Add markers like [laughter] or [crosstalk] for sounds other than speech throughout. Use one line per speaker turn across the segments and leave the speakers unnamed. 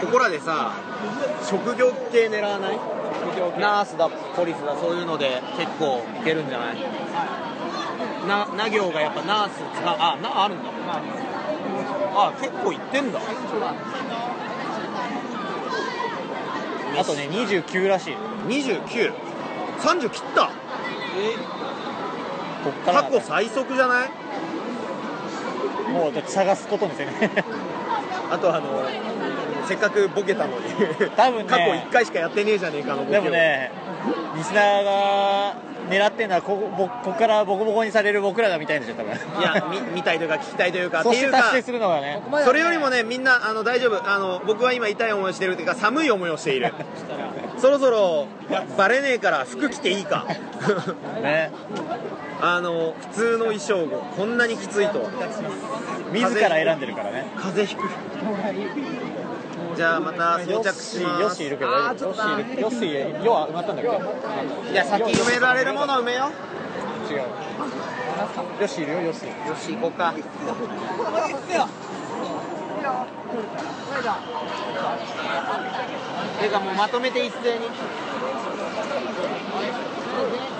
ここらでさ職業系狙わないナースだポリスだそういうので結構いけるんじゃないなな行がやっぱナース使うあなあるんだあ結構いってんだ
あとね29らしい
2930切った
こっか
過
らだね
去最速じゃない
もうだって探すことにせ
[laughs]
ね
あとあのせっかくボケたのに
多分ね
過去1回しかやってねえじゃねえかのボケ
で
を
もねリスナーが狙ってんのはここぼこっからボコボコにされる僕らが見たいんですよ多分
いやみ見たいという [laughs] か聞きたいというか
[laughs] そ
っ
して
いう
て
か
達成するのがね
それよりもねみんなあの大丈夫あの僕は今痛い思いをしてるというか寒い思いをしてい [laughs] るそろそろバレねえから服着ていいか [laughs]
ね
あの普通の衣装をこんなにきついとは
自ら選んでるからね
風邪ひくじゃあまた
ヨ
装着
ッ
し
シーヨ
ま
ッシ
す
ーいるけど大丈夫ヨッシーいるヨッシーヨは埋まったんだっけ
いや先埋められるものは埋めよう
違うヨッシーいるよヨッシー
よし行こうかてかもうまとめて一斉に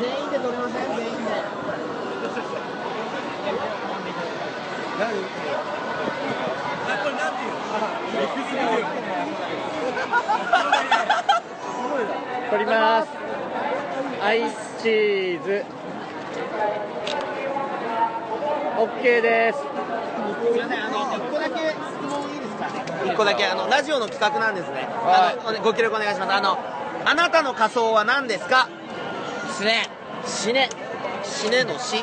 全員で取れません全員で
取りますアイスチーズ OK です
すみません、あの、一個だけ質問いいですかね。一個だけ、あの、ラジオの企画なんですね。あの、おねご協力お願いします。あの、あなたの仮装は何ですか。死ね。死ね。死ねの死。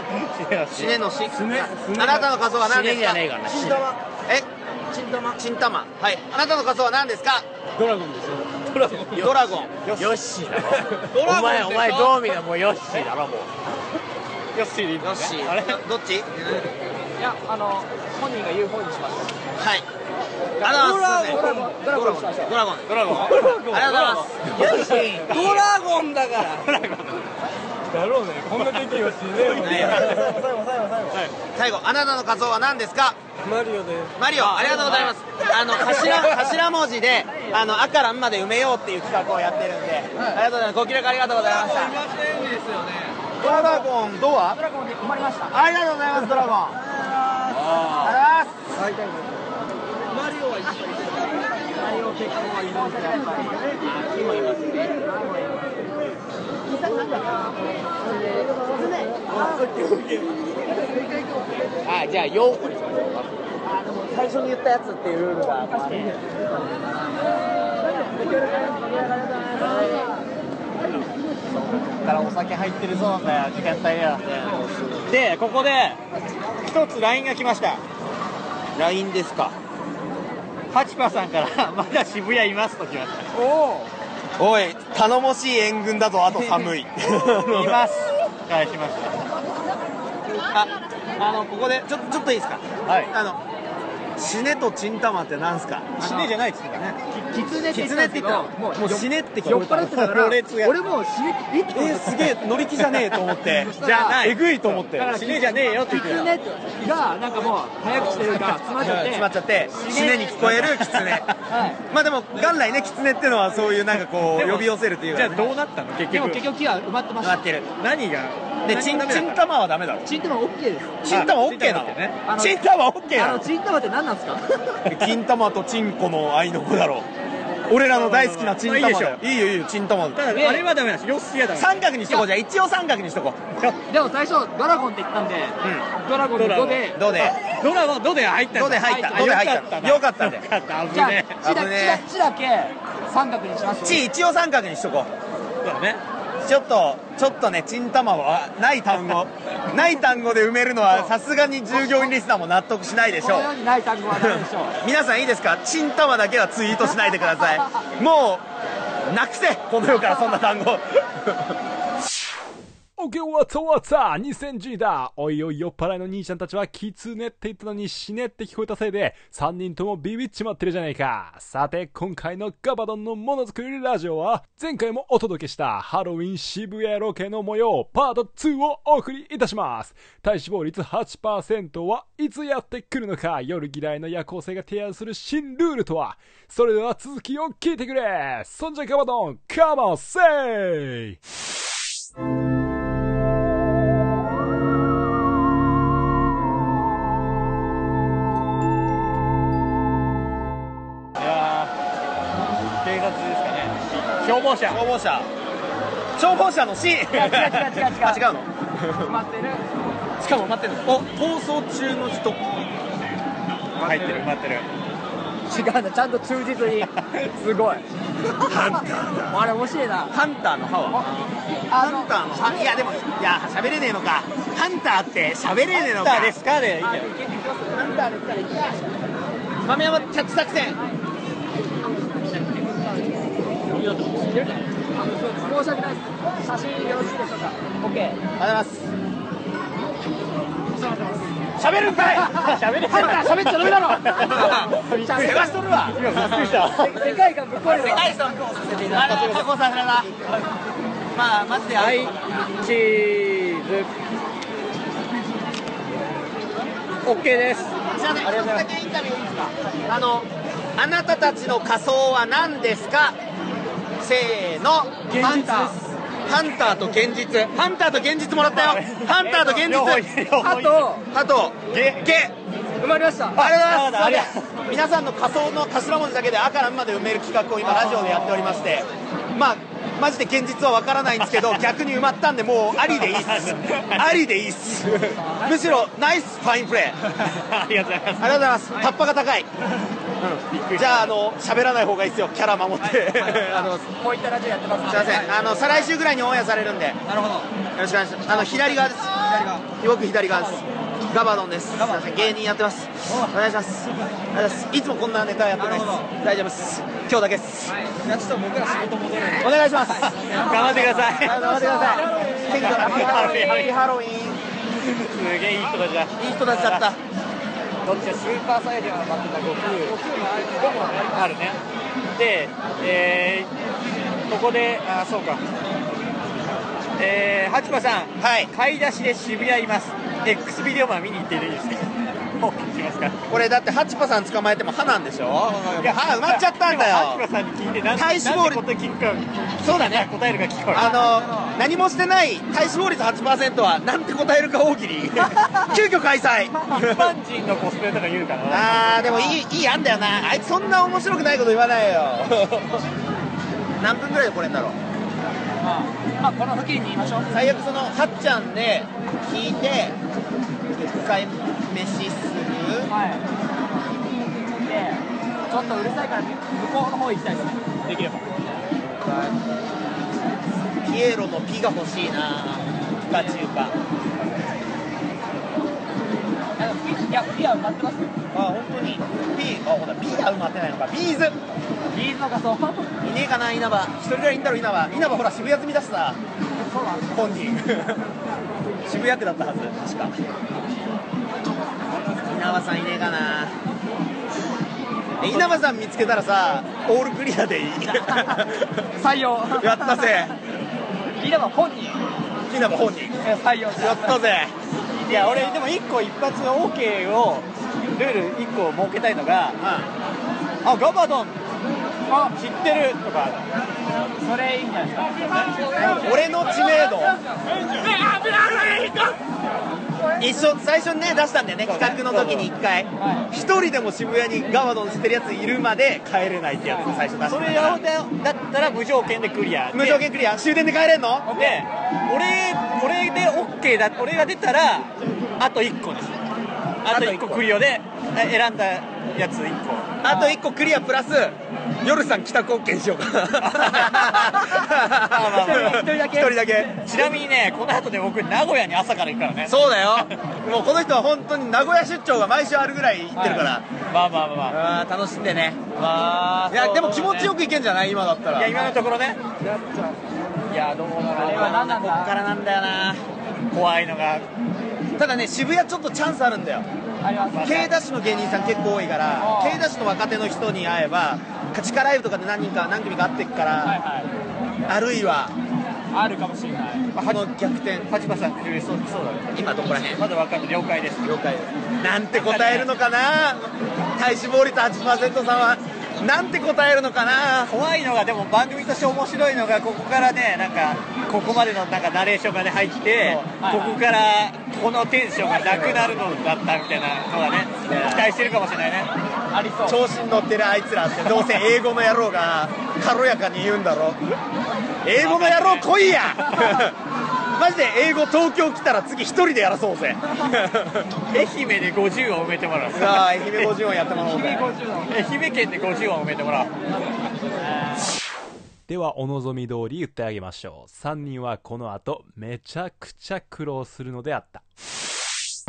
死ねの死。あなたの仮装は何ですか。
死ねじゃねえからな死ね
え。チンタマ。チンタマ。はい。あなたの仮装は何ですか。ドラゴンですよ。
ヨッシーだ
ドラゴン。ドラゴン。
お前お前
ど
どう見てもヨッシーだろもうヨッシーでいいんだ
よ
ね
し
あれ。
どっち。
いやあの本人が言う方にしました
はい。あの、すいません
ドラゴンドラゴン
ドラゴン。
ドラ
ありがと
ゴン
うございます。よし。
ドラゴンだから
だろうねこんなできよしね
最後あなたの仮装は何ですか
マリオで
マリオありがとうございますあの頭頭文字であの「あ」から「ん」まで埋めようっていう企画をやってるんで、ありがとうございますご協力ありがとうございましたドラゴンどうはドラゴンで困りましたありがとうございますドラゴンありがとうございます
あじゃあヨー
最初に言ったやつっていうルールが
からお酒入ってるそうなんだよ時間帯やでここで一つ LINE が来ました
LINE ですか
ハチパさんから「まだ渋谷います」と来まし
おい頼もしい援軍だぞあと
[laughs]
寒い
た「います」返しまし
ああのここでちょちょっといいですか
たはい
あの死ねとチンタマってなんすか
死ねじゃないっつってたね
キツネって言
キツ
っ
ネ
た
っ
んですけ
て言
ど
ったの
も
もう死ねって聞
酔
こ
っ
えた
払ってたから
[laughs]
俺違う
俺もう死ねって言って
えー、すげえ乗り気じゃねえと思ってじゃあないえぐいと思って
死ねじゃねえよって言ってた
ねってがなんかもう早くしてるから詰まっちゃって
詰まっちゃって死ねに聞こえるキツネ [laughs] まあでも元来ねキツネっていうのはそういうなんかこう呼び寄せるという
じゃあ
か
どうなったの結
でも
局
結局木は埋まってまし
な
た
ってる
何が
でチンチンタマはダメだろ
チンタマ OK です
チンタマオッケーな
あ
の
の
チンタマオッケー
あ
な
の
の
チンタマって何なんですか
金玉とチンコの愛の子だろ俺らの大好きなチンタマだよ
まあ
いいよいいよチンタマ
ただあれはダメだしよっしーはダメだ
三角にしとこうじゃあ一応三角にしとこう
でも最初ドラゴンって言ったんでドラゴンの5で
どうで
ドラはドで入ったんだ
どうで入った
あ
どうで入
よか
っ
ったた
よかったで
よかった
じゃ
危
あ
ね
チ
危
だ
ね
チだチだけ三角にします
チ一応三角にしとこう
えそうだね
ちょっと、ちょっとね、チンタマはない単語、 [laughs] ない単語で埋めるのは、さすがに従業員リスナーも納得しないでし
こ
ょ
の
う
世。にない単語はないでしょう
皆さんいいですか、チンタマだけはツイートしないでください。もう、なくせ、この世からそんな単語。
オッケー、わつわつ2010だおいおい酔っ払いの兄ちゃんたちはきつねって言ったのに死ねって聞こえたせいで、3人ともビビっちまってるじゃないか。さて、今回のガバドンのものづくりラジオは、前回もお届けしたハロウィン渋谷ロケの模様、パート2をお送りいたします。体脂肪率8%はいつやってくるのか、夜嫌いの夜行性が提案する新ルールとは。それでは続きを聞いてくれそんじゃガバドン、カモンセイ
いやー警察ですかね消防車
消防車消防車の C 違う違う違う違う違うの
待ってる
しかも待ってるのお逃走中の人
入ってる待ってる
違うんだちゃんと忠実にすごいあれ面白いな
ハンターの歯は
あ
ハンターの歯いやでもいや喋れねえのかハンターって喋れねえのか
ハンターですかでいいんじゃない
豆山キャッチ作戦
申し訳ないです写真よろしいでしょうか OK
ありがとうございます喋るんかい
喋れ
ハンター喋っちゃダメだろ世話しとるわ
今びっくりした
世界観ぶっ壊れる
世界観をさせていただきまされたまあマジであ
は
る
いチーズ OK です
すいません一つだけインタビューいいですかあのあなたたちの仮装は何ですかせーのハンターハンターと現実ハンターと現実もらったよハンターと現
両方い
実
る両
あ
方いる
と
あと
ゲ
ゲ
埋まりました
ありがとうござ
あ
いますすいません皆さんの仮想の頭文字だけで「あ」から「ん」まで埋める企画を今ラジオでやっておりましてまあマジで現実はわからないんですけど逆に埋まったんでもうありでいいっすありでいいっすむしろナイスファインプレー
ありがとうございます
ありがとうございますタッパが高い
びっくりし
じ
た
ゃああの喋らない方がいいですよキャラ守って、あのす
こういったラジオやってます
いませんあの再来週ぐらいにオンエアされるんでよ
なるほど
ろしくお願いしますあの左側です
左側
よく左側ですガバドンですすいません芸人やってますお願いしますお願いしますいつもこんなネタやってないです
なる
大丈夫です今日だけです
いやちょっと僕ら仕事戻るんで
お願いします頑
頑張ってください
張ってください天狗だな
ハロウィン
ハロウィンい
すげえいい人たちだ
い人たちだった
どっちスーパーサイヤ人が待ってた悟空あるねで、えー、ここであそうかえー、八幡さん
はい
買い出しで渋谷います X ビデオマン見に行ってるんですねお聞きしますかい
これだってハチパさん捕まえても歯なんでしょ歯埋まっちゃったんだ
今
よ
八幡さんに聞いて何
体脂肪率
なんてこと聞くか
そうだね
答えるか聞こえ
あの何もしてない体脂肪率8%はなんて答えるか大喜 [laughs] 利急遽開催
一般人のコスプレとか言うからな
あーでもいいいい案だよなあいつそんな面白くないこと言わないよ [laughs] 何分ぐらいで来れんだろう
まあこの付近にいましょう
最悪そのはっちゃんで聞いて使い飯する
はいでちょっとうるさいから向こうの方行きたいですね
できれば
ピエロのピが欲しいなピカチュウか
あのピいやピア埋まってます
あ本当にピあほらピが埋まってないのかビーズ
ビーズの仮装そう
いねえかな稲葉一人ぐらいいんだろ稲葉稲葉ほら渋谷住みだしさ
なんです
本人 [laughs] 渋谷区だったはず確か稲葉さんいねえかなえ稲葉さん見つけたらさオールクリアでいい
[laughs]
採用
やったぜ
リーダーは本人
稲葉本人
え採用
やったぜ
いや俺でも一個一発 OK をルール一個設けたいのがあガバドンあ知ってるとか
それいいんじゃないですか
俺の知名度一緒最初にね出したんだよね企画の時に1回一人でも渋谷にガバドンしてるやついるまで帰れないってやつを最初出した
それやろうだったら無条件でクリア
無条件クリア終電で帰れんの
でで俺俺で OK だ俺が出たらあと1個ですあと1個クリアでえ選んだやつ1個
あと1個クリアプラス夜さん帰宅 OK にしようか
あまあ
一人だけ一人だけ
ちなみにねこの後で僕名古屋に朝から行くからね
そうだよもうこの人は本当に名古屋出張が毎週あるぐらい行ってるから、
まあまあまあまあ
あー楽しんでね
まあ
いやでも気持ちよく行けんじゃない今だった
い
ら
や今のところね
い
やどうも
あれはなんだこっからなんだよな
怖いのが
ただね渋谷ちょっとチャンスあるんだよ
あります
K ダッシュの芸人さん結構多いから
あー
K ダッシュの若手の人に会えば地下ライブとかで何人か何組か会ってくから、
はいはい
あるいは
あるかもしれない
この逆転
八幡さんそうそうだね
今どこら辺
まだ分かんない了解です
了解なんて答えるのかな体脂肪率8%さんはなんて答えるのかな
怖いのがでも番組として面白いのがここからねなんかここまでのなんかナレーションがね入ってここからこのテンションがなくなるのだったみたいなのがね期待してるかもしれないね
ありそう
調子に乗ってるあいつらってどうせ英語の野郎が軽やかに言うんだろ英語の野郎来いやマジで英語東京来たら次一人でやらそうぜ
愛媛で50を埋め
[laughs]
てもらう
さあ愛媛50音やってもらおうぜ
愛媛県で50を埋めてもらう
ではお望み通り言ってあげましょう3人はこの後めちゃくちゃ苦労するのであった
そ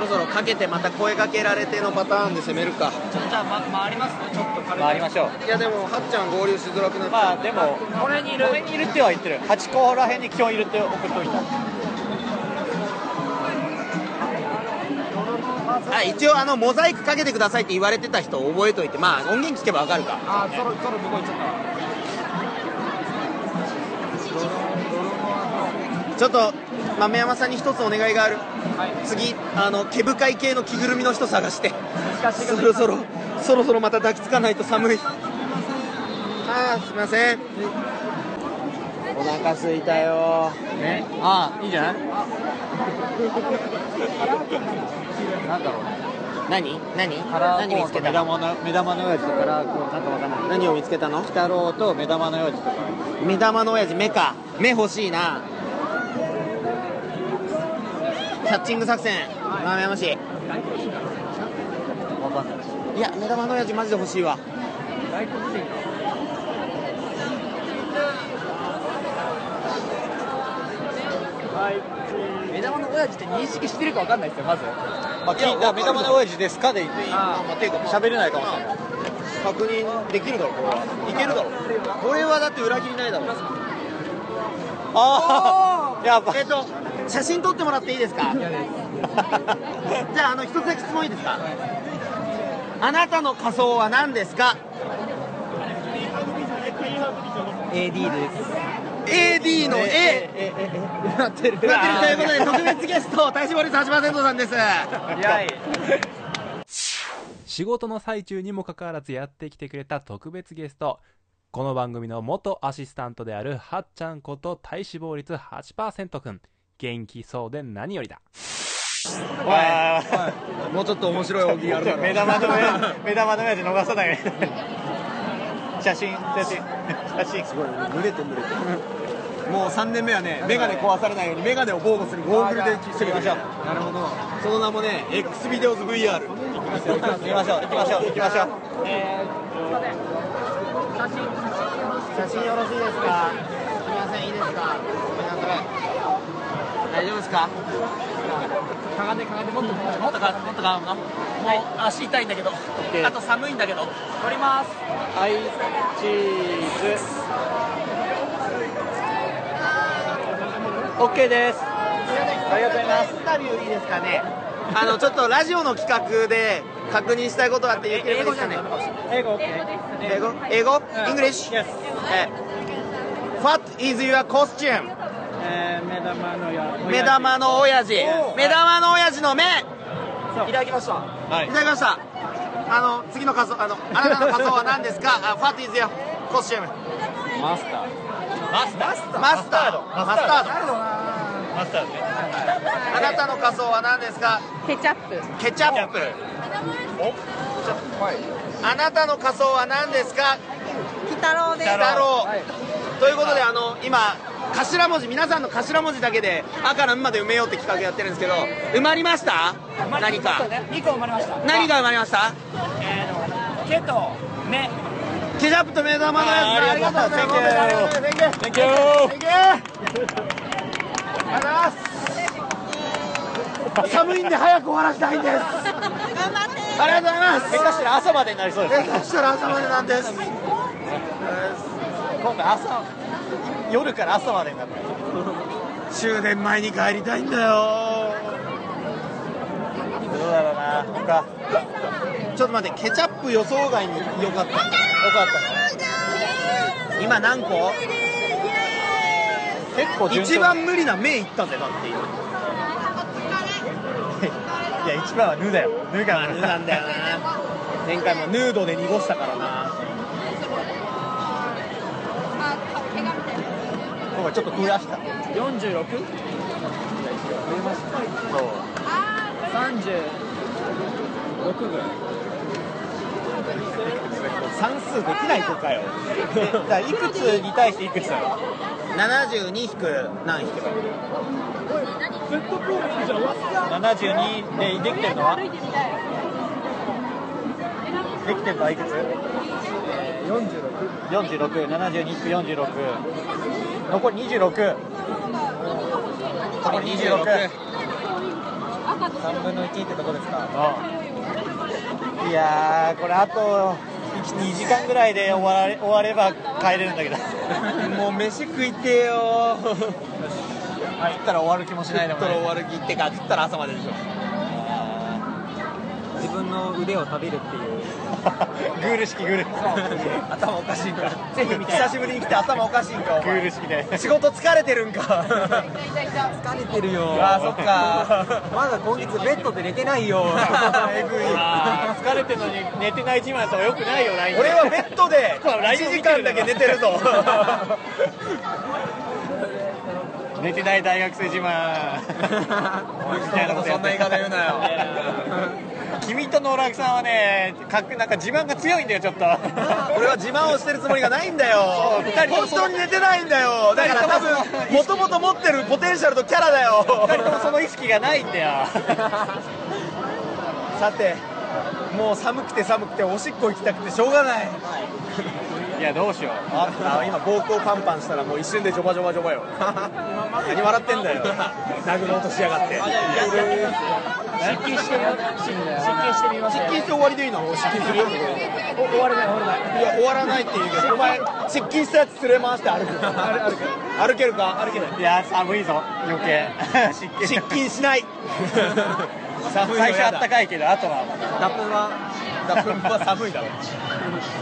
ろそろかけてまた声かけられてのパターンで攻めるか
じゃあ、ま、回りますねちょっと軽
回りましょう
いやでもはっちゃん合流しづらくなっちゃう
まあでも
これにいる
これにいるっては言ってる8個らへんに基本いるって送っといた
あ一応あのモザイクかけてくださいって言われてた人覚えといてまあ音源聞けばわかるか
あそろそろ向こう行っちゃった
ちょっと豆山さんに一つお願いがある
はい
次あの毛深い系の着ぐるみの人探してそろそろそろそろまた抱きつかないと寒いあーすいませんお腹すいたよ
ねああいいんじゃない [laughs] なんだろうね
何何
カラー
何
コー
見
ン
つ
と
け
目
たの
玉の目玉の親父とカラーコーンなんかわかんない
何を見つけたの
鬼太郎と目玉の親父とか
目玉の親父目か目欲しいなキャッチング作戦豆山氏
わかんない
いや目玉の親父マジで欲しいわ
目玉の親父って認識してるかわかんないですよまず
まあ、聞いた目玉の親父ですかでいい
あーまあていうかまあ
喋れないかもしれない
確認できるだろこれはいけるだろこれはだって裏切りないだろ
ああやっぱ
えっと写真撮ってもらっていいですかじゃああの一つだけ質問いいですかあなたの仮装は何ですか AD です AD の A
なって
なってる
る
ということで特別ゲスト体脂肪率8%さんです
仕事の最中にもかかわらずやってきてくれた特別ゲストこの番組の元アシスタントであるはっちゃんこと体脂肪率8%くん元気そうで何よりだ
あ
もうちょっと面白い大喜利あるだ
ー
ろ
目玉の親父目玉の親父逃さない写真写真写真すごい
濡れて濡れてもう3年目はね眼鏡壊されないように眼鏡を防護するゴーグルで攻めましょうなるほどその名もね X ビデオズ VR
行きましょう行きましょう行きましょう
写真よろしいですかすみませんいいですかごめんなさい大丈夫ですか
かがんでかがんでもっともっとかもっとかがんのもう足痛いんだけどあと寒いんだけど乗ります
はいチーズ OK ですありがとうございます
インタビューいいですかねあのちょっとラジオの企画で確認したいことがあってできればいいですかね
英語 OK
英語英語 English
Yes
What is your costume?
えー目玉のや
目玉の親父目玉の親父の目い
いただきました
はい
ただきましたあの次の仮装あ
[laughs]
のあなたの仮装は何ですかあ What is your costume?
マスターマスター
マスタードマスタード
マスターね
あなたの仮装は何ですか
ケチャップ
ケチャップあなたの仮装は何ですか
鬼太郎です
だろうということであの今頭文字皆さんの頭文字だけで「あ」から「ん」まで埋めようって企画やってるんですけど埋まりました何か
2個生まれました
何が埋まりました
ケと目
ケチャップと目玉のやつだありがとうございます Thank you
Thank you
寒いんで早く終わらせたいんです
頑張って
ありがとうございます
下手したら朝までになりそうです
えそしたら頭でなんです。えー今回朝夜から朝までになった終電前に帰りたいんだよどうだろうな他ちょっと待ってケチャップ予想外に良かった良かった今何個
結構順調
一番無理な目いったぜだって今
[laughs] いや一番はヌーだよヌー
まあ
が
ヌーなんだよな前回もヌードで濁したからな
今回ちょっと増やした
算数できない子かよ
だからいくつに対していくつなの
72引く何引けばいい
72でできてるのはできてるのはいくつ ?464672 って46残り26残り263分の1ってとこですかいやーこれあと2時間ぐらいで終われ終われば帰れるんだけど
[laughs] もう飯食いてえよ食っ
行ったら終わる気もしないでも
たら
ね
終わる気ってか食ったら朝まででしょ
自分の腕を食べるっていう
[laughs] グール式
[laughs]
グール
頭おかしいんかぜひ久しぶりに来て頭おかしいんかお
グー
前
ル式で
仕事疲れてるんか
疲れてるよ
ああそっか
まだ今月ベッドで寝てないよ
えぐい
あー疲れてるのに寝てない自慢とかよくないよ LINE
俺はベッドで
まあライブ
1時間だけ寝てる
[laughs]
ぞ
寝てない大学生自慢みたいなことや
そ
ってる
んな言い方言うなよ
[laughs] 君と野良さんはねかなんか自慢が強いんだよちょっと
俺は自慢をしてるつもりがないんだよ
二人とも
本当に寝てないんだよだから多分もともと持ってるポテンシャルとキャラだよ
二人ともその意識がないんだよ
さてもう寒くて寒くておしっこ行きたくてしょうがない
いやどうしよう
ああ今膀胱パンパンしたらもう一瞬でジョバジョバジョバよ何笑ってんだよ殴ろうとしやがって
失禁してみよう失禁してみます
失禁して終わりでいいの失禁するよい
お終われない終われない
や終わらないって言うけどお前失禁したやつ連れ回して歩く歩ける歩けるか歩けない
いや寒いぞ余計 [laughs] 湿気
失禁しない寒いの
最初あ
や
っ
だ
たかいけどあとは
ダプンはダプンは寒いだろ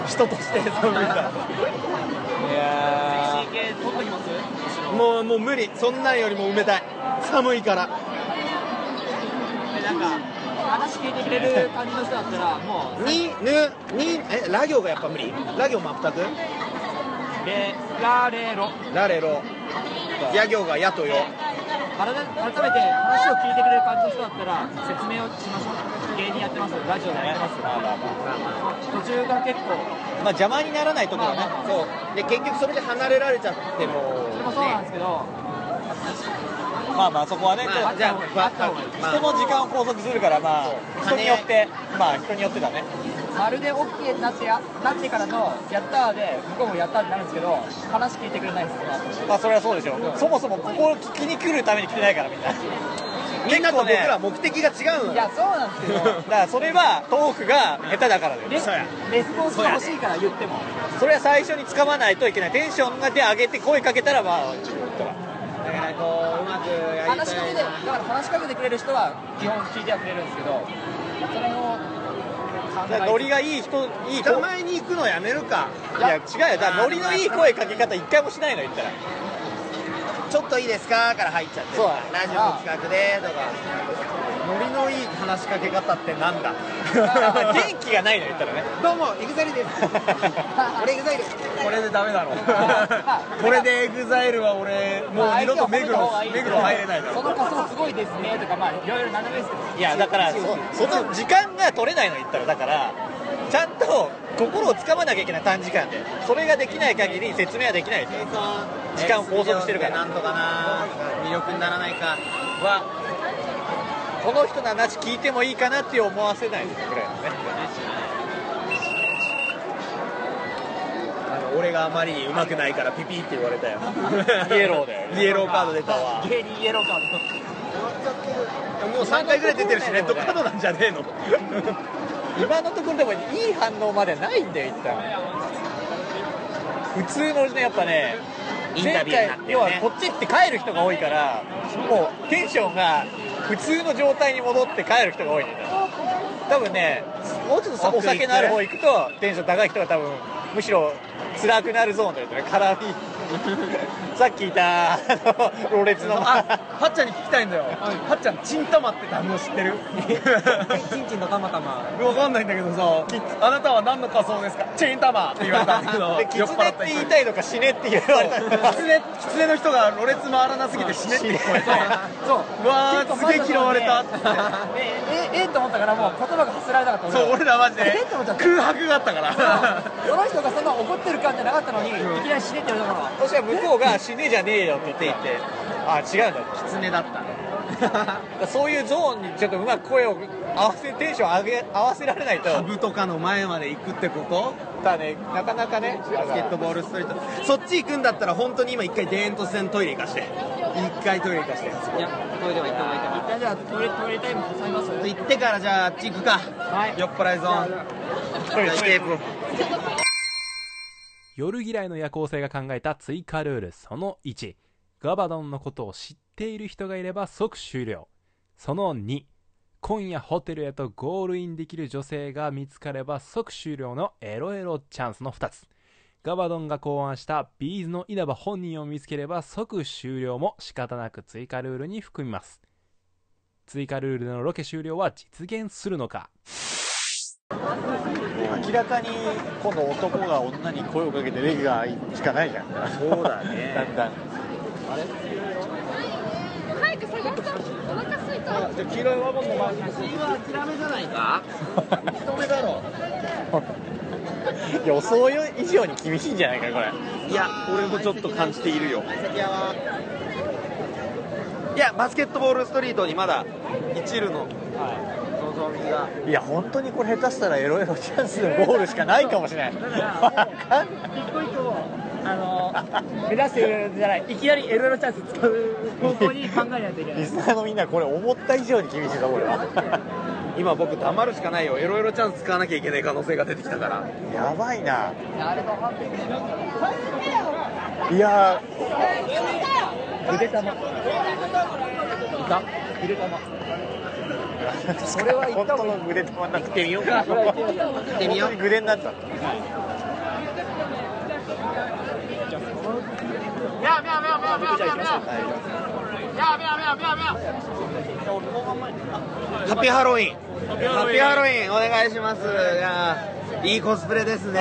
人として [laughs] 寒いだ
いや
ろもうもう無理そんなんよりも埋めたい寒いから
話聞いてくれる感じの人だったらもう
にぬにえラ行がやっぱ無理ラ行全く
レラレロ
ラレロヤ行がやとよ
改め改めて話を聞いてくれる感じの人だったら説明をしましょう芸人やってますラジオやって
[laughs]
ます途中が結構
ーまあ邪魔にならないところね
そうで結局それで離れられちゃっても
それもそうなんですけど、
まあまあそこはね、
まあじゃあ
あった方がいい
まあ
人の時間を拘束するからまあ人によってまあ人によってだね
まるで OK になってやなってからのやったーで向こうもやったーになるんですけど話聞いてくれないんですよ
まあそれはそうでしょうそもそもここを聞きに来るために来てないから
[laughs]
みんな
みんなと僕ら目的が違うの
い
よ
やそうなんですけど
[laughs]
だからそれはトークが下手だからだよ
レ
ね
そうや
レスポンスが欲しいから言っても
それは最初につかまないといけないテンションがで上げて声かけたらまあ
だからこううまくやり
話しかけてだ
たい
から話しかけてくれる人は基本聞いてはくれるんですけどそれを考えて [laughs]
ノリがいい人いい子い
人前に行くのやめるか
や違うよだからノリのいい声かけ方一回もしないの言ったら
ちょっといいですかから入っちゃって
そう
ラジオの企画でとかノリのいい話しかけ方ってなん
[laughs]
だ [laughs]
元気がないの言ったらね
どうもエグザイルです俺エグザイルこれでダメ
[laughs]
だろこれでエグザイルは俺もう二度と目黒目黒入れないだ
そ
ろ
の仮装すごいですねとかまあいろいろ斜めですけど
いやだからそその時間が取れないの言ったらだからちゃんと心をつかまなきゃいけない短時間でそれができない限り説明はできないですよ時間を拘束してるから
なんとかな魅力にならないか
はこの人の話聞いてもいいかなって思わせないぐらいのね
あの俺があまりにうまくないからピピって言われたよ
イエローだよ
[laughs] イエローカード出たわ
芸人イエローカード
もう3回ぐらい出てる [laughs] しレッドカードなんじゃね
[laughs]
えの
今のところでもいい反応までないんだよ一旦普通のねやっぱね
インタビューになってるね
前回要はこっち行って帰る人が多いからもうテンションが普通の状態に戻って帰る人が多いね多分ねもうちょっとお酒のある方行くとテンション高い人が多分むしろ辛くなるゾーンだよね絡みさっきいたあのろれつの
あはっちゃんに聞きたいんだよはっちゃんチンタマって単語知ってる
ちんちんのたまたま。
わかんないんだけどさあなたは何の仮装ですかチンタマって言われたんだけど
[laughs] でキ
酔
ツネ
払
っ
った
て
人
言いたいのか死ねって言われた
キツネキツネの人がろれつ回らなすぎて死ねって聞こ
[laughs]
えてうわーすげえ嫌われたって
え、え、え、えと思ったから、もう言葉が発せられなかった。
そう俺らマジで
えって思っちゃった
空白があっ
[laughs]
たから
その人がそんな怒ってる感じゃなかったのに、いきなり死ねって言われたから。
そしたら向こうが死ねじゃねえよって言っていてあ違うんだと
狐だった
[laughs] そういうゾーンにちょっとうまく声を合わせテンション上げ合わせられないと
株とかの前まで行くってこと
だねなかなかね
バスケットボールストリートそっち行くんだったら本当に今一回田園都市線トイレ行かして一回トイレ行かして
いや、トイレは行った方がいいかな。
一旦じゃあ、トイレ、トイレタイム挟みます。
行ってからじゃああっち行くか
はい。
酔っ払いゾーン
スケープ
夜嫌いの夜行性が考えた追加ルールその1ガバドンのことを知っている人がいれば即終了その2今夜ホテルへとゴールインできる女性が見つかれば即終了のエロエロチャンスの2つガバドンが考案したビーズの稲葉本人を見つければ即終了も仕方なく追加ルールに含みます追加ルールでのロケ終了は実現するのか
明らかに今度男が女に声をかけてレギュラーしかないじゃんそうだね [laughs] だんだん
早く探したお腹すいた
[laughs] 予想以上に厳しいんじゃないかこれ
いや俺もちょっと感じているよいやバスケットボールストリートにまだ一縷の望みが
いや本当にこれ下手したらエロエロチャンスのゴールしかないかもしれないわかんない
一個一個あの目指してるんじゃないいきなりエロエロチャンス使う方向に考えないといけない
リスナーのみんなこれ思った以上に厳しいぞこれは
今僕黙るしかないよエロエロチャンス使わなきゃいけない可能性が出てきたから
やばいなあれいや
腕玉いた腕玉
ー
それは言
本
った
当
方がいい
のグレ止まんなくてみようか
それは言ってみよう
行ってみよう
本当にグレになった
ハッピーハロウィンハッピーハロウィンお願いしますいやーいいコスプレです [laughs] ね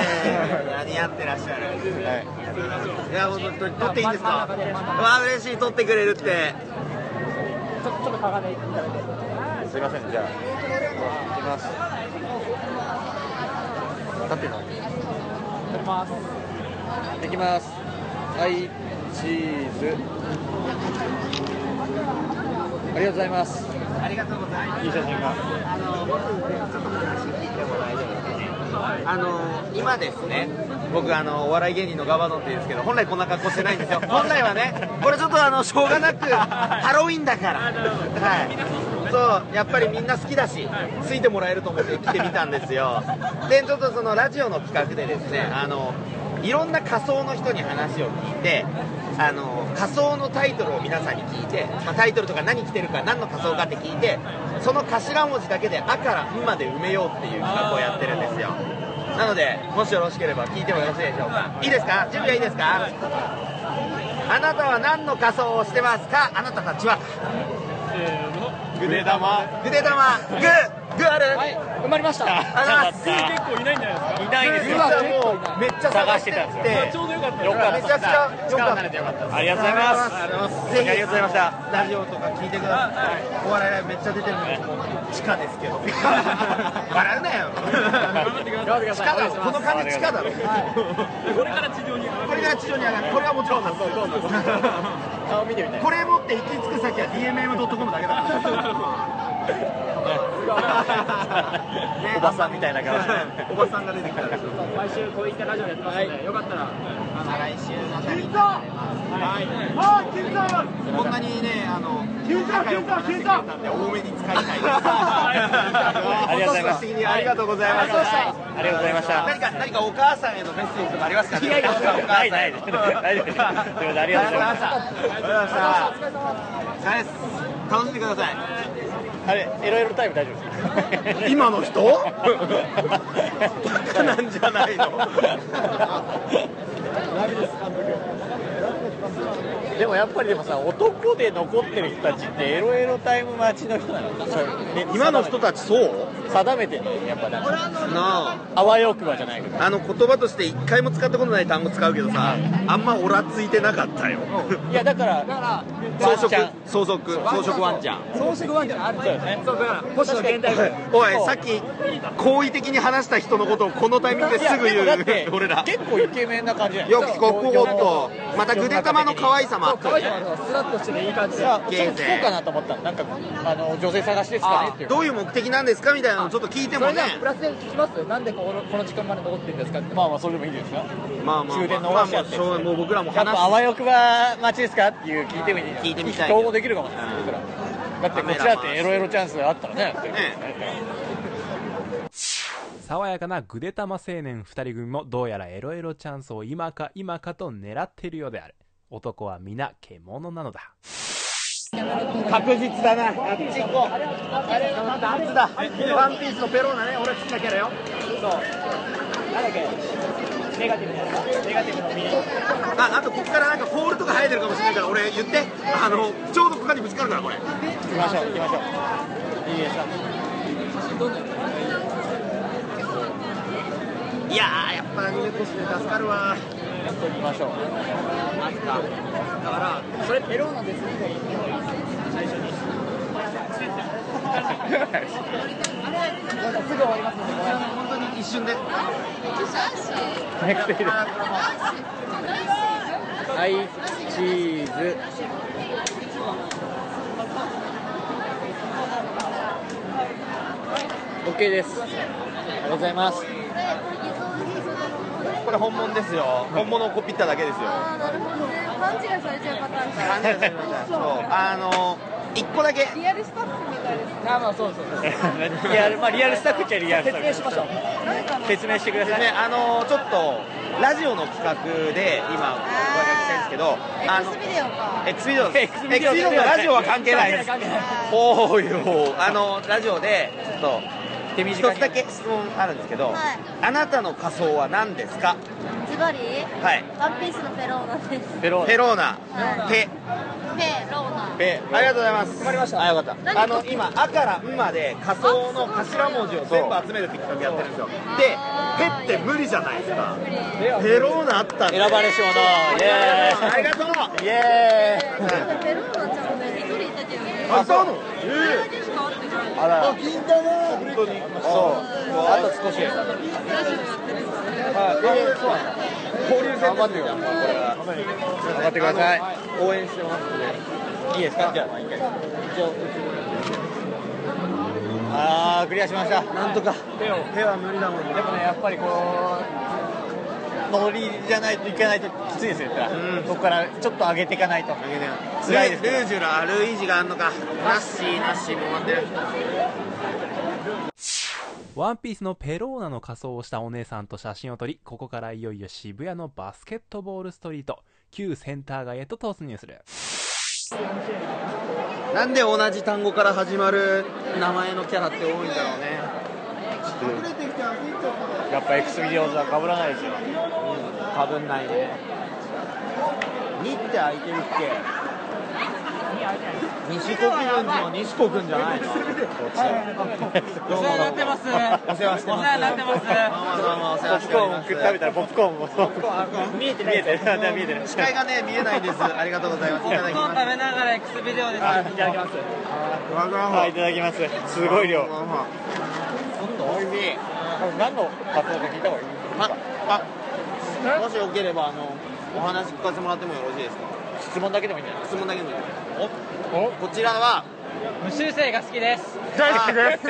似合ってらっしゃるいや本当に撮っていいんですかわあ嬉しい撮ってくれるって
ちょちょっとかがない
すいませんじゃあ行きます立ってるの
撮ります
できますはいチーズありがとうございますありがとうございますいい写真が
あの今ですね僕あのお笑い芸人のガバドンって言うんですけど本来こんな格好してないんですよ本来はねこれちょっとあのしょうがなくハロウィンだからはいそうやっぱりみんな好きだしついてもらえると思って来てみたんですよでちょっとそのラジオの企画でですねあのいろんな仮想の人に話を聞いてあの仮想のタイトルを皆さんに聞いて、まあ、タイトルとか何着てるか何の仮装かって聞いてその頭文字だけで「あ」から「ん」まで埋めようっていう企画をやってるんですよなのでもしよろしければ聞いてもよろしいでしょうかいいですか準備はいいですかあなたは何の仮装をしてますかあなたたちは
グレ玉
ぐで玉グーグーある、
はい埋まりました
ありがとうございます
結構いないんじゃない
いないです
実
よ
はもうめっちゃ探して
探してたん
て
です
ちょうどよかった
よかった
めちゃくちゃ良かった
ありがとうございます
ありがとうございます
ありがとうございました
ラジオとか聞いてください、お笑いライブめっちゃ出てるんで地下ですけど笑うなよ地下だろこの感じ地下だろこれから地上に上がるこれはもちろん
顔見てみたい
これ持って行き着く先は DMM.com だけだから
おばさんみたいな顔して
おばさんが出てきたら
毎週こういったラジオやってますのでよかったら
来週の旅にこんなにねあの仲良く話してくれたんで多めに使いたいです
ありがとう
本当
ございます
に素敵にありがとうございました
ありがとうございました
何かな何かお母さんへのメッセージとかありますかね
いやいや
お母さんお母さん
ないないないないないということでありがとうございました
ありがとうございましたお疲れ様です楽しんでください
あれエロエロタイム大丈夫ですか
今の人バカなんじゃないの
でもやっぱりでもさ男で残ってる人たちってエロエロタイム待ちの人なのそうね
今の人たちそう
定めてるのよやっぱなんか
なあ
あわよくばじゃないけど
あの言葉として一回も使ったことない単語使うけどさあんまオラついてなかったよ
いやだから
装
ワンち
飾
ゃん
装飾装飾ワンちゃん
装飾ワンちゃんあるじゃん
そうよね
そうだから星野源太君
おいさっき好意的に話した人のことをこのタイミング
い
で
や
すぐ言
でもだって
[laughs] う俺ら
結構イケメンな感じじゃない
よくここおっとまたぐでたまの可愛さもあった
可愛いじゃんスラッとしてねいい感じ
い
で
やちょっと聞こうかなと思ったのなんかあの女性探しですかねっていう
どういう目的なんですかみたいなのちょっと聞いて
そ
も
れ
ね
じゃあプラスで聞きますなんでこのこの時間まで残ってるんですかって
まあまあそれでもいいですか
まあまあ
終電の
まあ
話
ま
や
あ
って
しょうがないもう僕らも
やっ
話
ぱあわよくば待ちですかっていう聞いてみて
聞いてみたい
統合できるかもしれない僕らだってこっちだってエロエロチャンスあったらね
爽やかなぐでたま青年二人組もどうやらエロエロチャンスを今か今かと狙っているようである男は皆獣なのだ
確実だなあっち行こ
ワンピースのペローナね俺好きなキャラよ
なんだっけネガティブなやつネガティブのミニ
ああとここからなんかホールとか生えてるかもしれないから俺言ってあのちょうどここにぶつかるからこれ
う行きましょう行きましょういいえさ
いやーやっぱ逃げ越して助かるわ
やっと行きましょう
マジか本当に一瞬で
早くできるはいチーズオッケーですありがとうございます
これ本物ですよ本物をコピっただけですよ
あーなるほどね勘違いされちゃうパターンか
感じがしましたそうあの一個だけ
リアルスタッフみたいですね
あまあそうそうそう
リアル、まあ、リアルスタッフっちゃリアルスタッフ
しましょう
なんかの
説明してください
ね、あのちょっとラジオの企画で今ご予約してるんですけどあの
X ビデオか
X ビデ
[laughs]
オ
X
X ビ
ビデオ
デオとラジオは関係ないです
関係ない
おーよーあのラジオでちょっと
手
一つ
短に
だけ質問あるんですけど、
はい
あなたの仮装は何ですか
ズバリ
はい
ワンピースのペローナです
ペロ
ペローナ、
はい
ペ
ペローナ
ペありがとうございます
りました
あよかっ
何
たあの今「あ」から「ん」まで仮装の頭文字を全部集めるって企画やってるんですよ
あ
で「
ー
ペ」って無理じゃないですか
無理
ペローナあったん
選ばれし者イエ
ありがとう
ーイイエーイ
ペローナちゃんもね一人いたけどね
あ、そうなの
それでしか会ってない
あら銀だな本当にそうあと少し
ラジオやってるんですね
交流戦ですよこれは
頑張ってください
応援してますんで
いいですかじゃあ一回あークリアしましたなんとか
手は無理だもんね
でもねやっぱりこうノリじゃないといけないときついですよ、やっぱ
うん
そこからちょっと上げていかないと辛
辛
い
い
で
ですす
け
ル
ど
ージュラルイージがあんのかナッシーナッシーも待ってる
ワンピースのペローナの仮装をしたお姉さんと写真を撮りここからいよいよ渋谷のバスケットボールストリート旧センター街へと突入する
なんで同じ単語から始まる名前のキャラって多いんだろうね
やっぱ X ビデオズは被らないですよ
かぶんないね2って空いてるっけ西国分寺の西国君じゃないのこっちどうもどうもお世話になってますお世話してますお世話になってますどうもお世
ポ
話
ッ
し
プ
ております
コーン食って食べたらポップコーンも見えてない見えてない見えてない
視界がね見えないんですありがとうございますいただきます
食べながら X ビデオです
いただきますはいいただきますすごい量おいしい何のカツオか聞いた方がいい
ああもしよければあのお話聞かせてもらってもよろしいですか
質問だけでもいいんじゃない
質問だけでもいいです
お
こちらは
無修正が好きです
大
好きです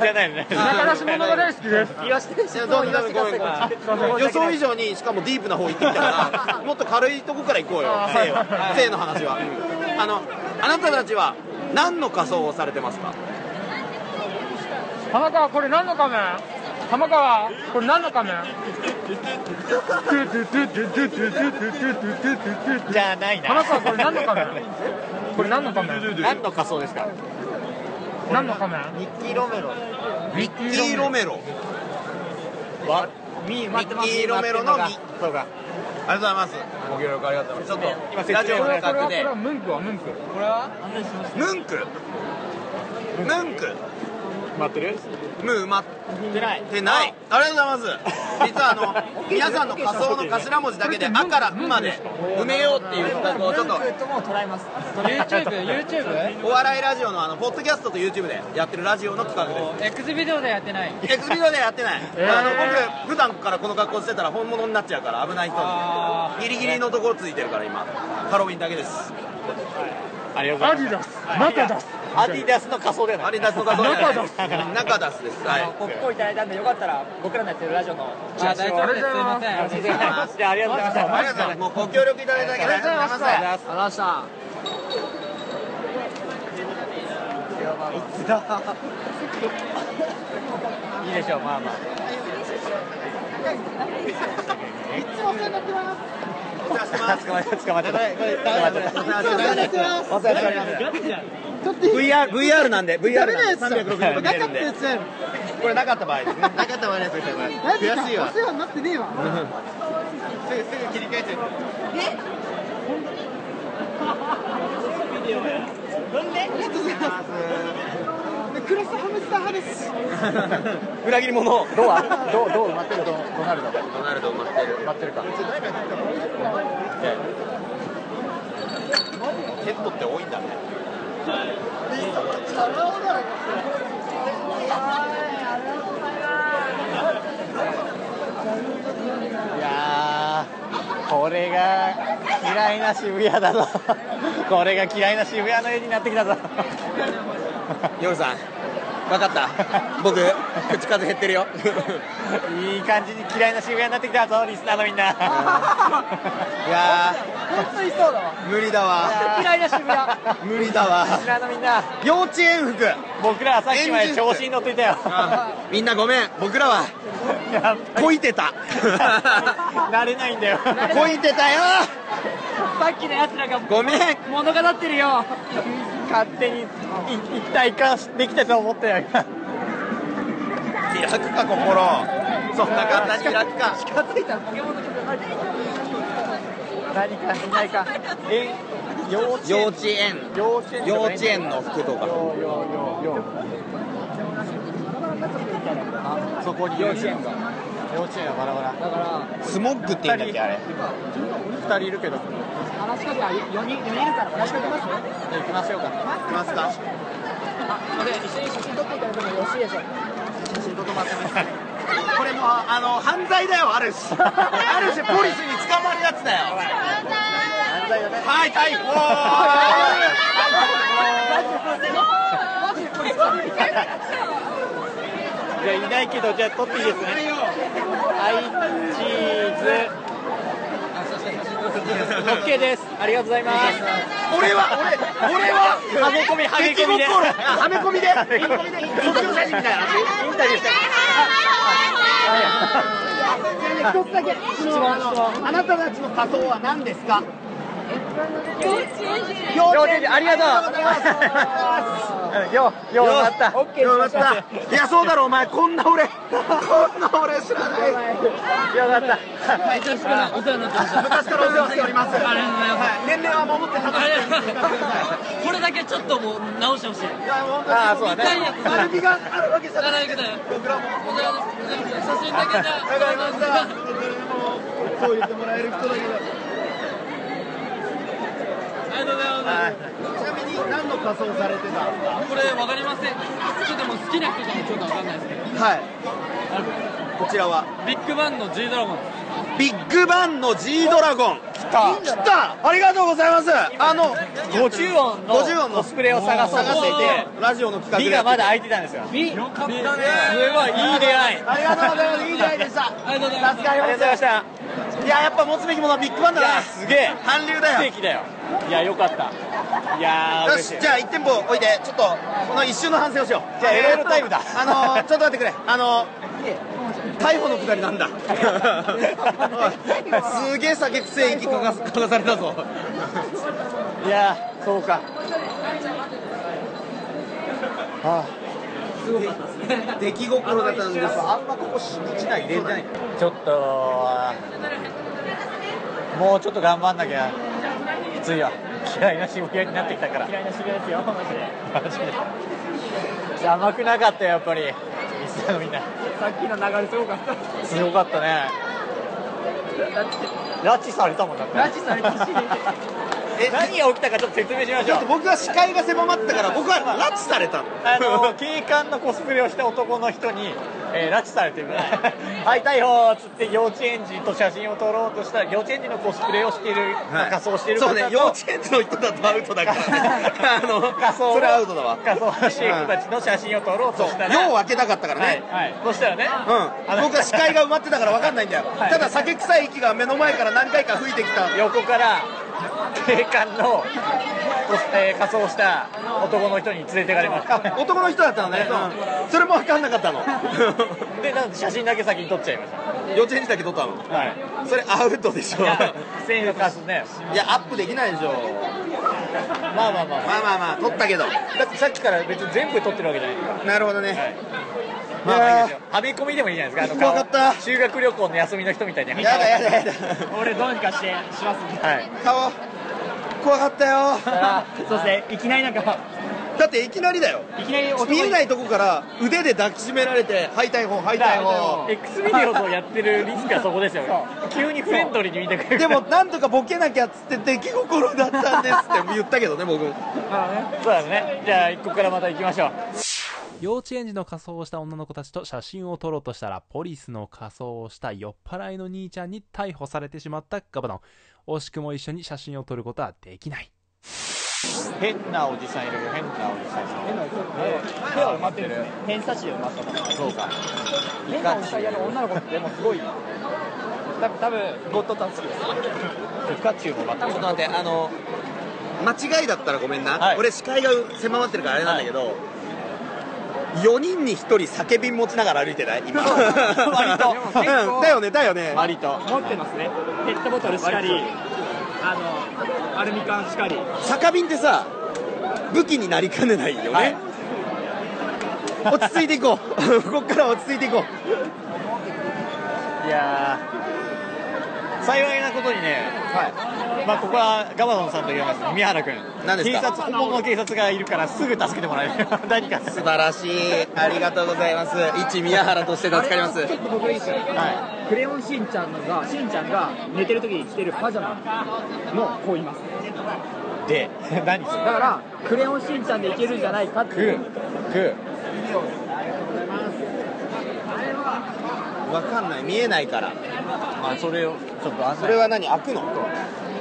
じゃないのね
中出し物が大
好きです
言わして
いやどうぞどうぞごめんごめん予想以上にしかもディープな方行ってきたからもっと軽いとこから行こうよ性は性の話はあのあなたたちは何の仮装をされてますか
あなたはこれ何の仮面
玉川これ何の仮面
じゃあないな。
玉川これ何の仮面これ何の仮面
何の仮装ですか
何の仮面
ミッキー・ロメロ
ミッキー・ロメロ。わ
ミッキー・ロメロのミそうかありがとうございますご協力ありがとうございますちょっとラジオの
これはこれ
企
は
画
これ
で
はムンクはムンク
ムンクムンク
待ってる
ムー埋まってないありがとうございます実はあ [laughs] の皆さんの仮想の頭文字だけで「あ」から「ん」まで埋めようっていう企画をちょっと
YouTube、YouTube?
お笑いラジオのあのポッドキャストと YouTube でやってるラジオの企画で
X ビデオでやってない。
すエクスビデオでやってない、あの僕普段からこの格好してたら本物になっちゃうから危ない人
あ
にギリギリのところついてるから今ハロウィンだけです
ありがとうございます
アディダスマタダス
アディダスの仮装で
ア
ない。
リダスの画像中ダスですはい
ポップコーンいただいたんでよかったら僕らのやってるラジオの
あ、大丈夫です。すいません。ありがとうございま
じゃあありがとうございました
ありがとうございますもうご協力いただいただけでありがとうございます
した。
いいでしょうまあまあ
お世話してます
捕まえた捕まえた
お世話してます
お世話しております
VR, VR なんで VR なんで360度見れるんで
やつやる
これなかった場合ですねなかった場合です悔しいわ
お世話になってねえわ
すぐすぐ切り替えちゃう
黒さハムスター派です
裏切り者。
どうはどうどう埋まってるどうどうなるの
ドナルド待ってる
埋まってるか
ヘッドって多いんだね
いやーこれが嫌いな渋谷だぞ [laughs] これが嫌いな渋谷の絵になってきたぞ
夜さん分か
[laughs]
った僕口数減ってるよ
いい感じに嫌いな渋谷になってきたぞリスナーのみんない
や
本当にそうだわ
ー無理だわ
嫌いな渋谷
無理だわ
リスナーのみんな
幼稚園服
僕らはさっきまで調子に乗っていたよ
[laughs] みんなごめん僕らは
やっ
こいてた
[laughs] ぱ慣れないんだよ
こいてたよ
さっきのやつらが
ごめん
物語ってるよ
勝手にい一体化できたと思ったよ今
開くか心そんな簡単に開くか
何かいないかえ幼稚
幼
園
稚園
幼稚園
幼稚園の服とか
よよよよあそこに幼稚園が幼稚園はバラバラだから
スモッグって言うんだっけあれ
2人いるけど
話しかけた4人4人いるから話しかけます
行きましょうか
いますか一緒に写真撮っていただいてもよろしいでしょうか写真撮ってもらってもいいですかこれもうあの犯罪だよある
[laughs]
しあるしポリスに捕まるやつだよはい逮捕
じゃあいないけどじゃあ撮っていいですねはいチーズ OK ですありがとうございます
俺は俺俺は
はめ込みはめ込み
出
で
来心あはめ込みではめ込みで卒業写真みたいなインタビューして一つだけ質問あなたたちの仮装は何ですか
幼稚園児ありがとうよよよかった
よかったいやそうだろお前こんな俺こんな俺知らない
よかった
昔からお世話になってました。
昔からお世話しております
ありがとうございます
はい年齢は守って
あ
話
れ
してくださ
[laughs]
これだけちょっともう直してほしい。
いいや本当に
ああそうだね
痛いやつ
悪気があるわけじゃない
いくだよ。
僕らも
お世話です写真だけじゃ。
わかりましたもそう言ってもらえる人だけだ
ありがとうございます。
ちなみに何の仮装されてたんですか
これわかりません。ちょっともう好きな人かもちょっとわかんないですけど。
はいこちらは
ビッグバンの G ドラゴン。
ビッグバンの G ドラゴン来た来たありがとうございますあの
50音の
50音の
コスプレを探そうと
探
していて
してラジオの企画で
B がまだ空いてたんですよ
ビよかったね。
すごいいい出会い
ありがとうございますいい出会いでした
ありがとうございます。
ありがとうございました
いややっぱ持つべきものはビッグバン
いや
だな
すげえ
韓流だ
奇
よ
跡だよいやよかったいやー
よ
嬉し
し
い
じゃあ1店舗置いてちょっとこの一瞬の反省をしよう
じゃあエロエロタイムだ
あのーちょっと待ってくれあのー
逮捕のくだりなんだすげえ酒くせえ息かがかがされたぞ
いやーそうか
出来心だったんですあんまここ日大入れんじゃない
ちょっとあーもうちょっと頑張んなきゃきついわ嫌いな渋谷になってきたから
嫌いな渋谷ですよマジで
甘くなかったよやっぱりミスターのみんな
さっきの流れすごかった
すごかったね拉致されたもんだって
拉致されたし
[laughs] え何が起きたかちょっと説明しましょう
僕は視界が狭まったから僕は拉致された
あの警官のコスプレをした男の人に、えー拉致されてる [laughs] はい逮捕っつって幼稚園児と写真を撮ろうとしたら幼稚園児のコスプレをしている、
はい
仮装している方と
そうね幼
[laughs]
稚園児の人だとアウトだからねあ [laughs] の
仮装
それはアウトだわ
仮装している人たちの写真を撮ろうとしたら
[laughs] 用を開けたかったから
はい
ね、
はい、そしたらね、
うん、僕は視界が埋まってたから分かんないんだよ、
はい
ただ酒臭い息が目の前から何回か吹いてきた
横から警官の、えー仮装した男の人に連れてかれま
[laughs]
した
男の人だったのね、うんそれも分かんなかったの [laughs]
でなので写真だけ先に撮っちゃいました
幼稚園児だけ撮ったの
はい
それアウトでしょいや
千円の貸すね
アップできないでしょ
まあまあまあ
まあまあまあ撮ったけど
だってさっきから別に全部撮ってるわけじゃないから
なるほどね、
まあ
まあ
ま
ま
あ
あ
い
い
い
い
でよはめ
ですすよ
込みでもいいじゃないですかあの顔
怖かった
修学旅行の休みの人みたいに
やだやだやだ
俺どうにかしてしますね
はい
顔怖かったよ
そしていきなりなんか
だっていきなりだよ
いきなり男
見え
い
ないとこから腕で抱きしめられて「はい逮捕はい逮捕
X ビデオとやってるリスクはそこですよ急にフレンドリーに見てくれ」 [laughs] る
でもなんとかボケなきゃっつって出来心だったんですって言ったけどね僕
そうだねじゃあ一個からまた行きましょう
幼稚園児の仮装をした女の子たちと写真を撮ろうとしたらポリスの仮装をした酔っ払いの兄ちゃんに逮捕されてしまったガバドン惜しくも一緒に写真を撮ることはできない
変なおじさんいるよ変なおじさん変なおじさん手を埋まってる
偏差値をました
そうか
変なおじさんやる女の子ってでもすごい多分多分ゴッドタン好きです
ピカチュウもまた
ちょっと待ってあの間違いだったらごめんな、
はい
俺視界が狭まってるからあれなんだけど、4人に1人酒瓶持ちながら歩いてない [laughs] 今
割と
[laughs] うんだよねだよね
割と
持ってますねペットボトルしかりあのアルミ缶しかり
酒瓶ってさ武器になりかねないよね、
はい
落ち着いていこう [laughs] ここから落ち着いていこう
いやー幸いなことにね、まあ、ここはガバドンさんと言います宮原君
何ですか
警察本物の警察がいるからすぐ助けても [laughs] らえる何か
素晴らしいありがとうございます一宮原として助かります
あれちょっと僕いいですよ
は
クレヨンしんちゃんのがしんちゃんが寝てる時に着てるパジャマの子います
いで何す
だ
る
からクレヨンしんちゃんでいけるんじゃないかっていう
く
わかんない見えないから
まあそれをちょっとあん
それは何開くの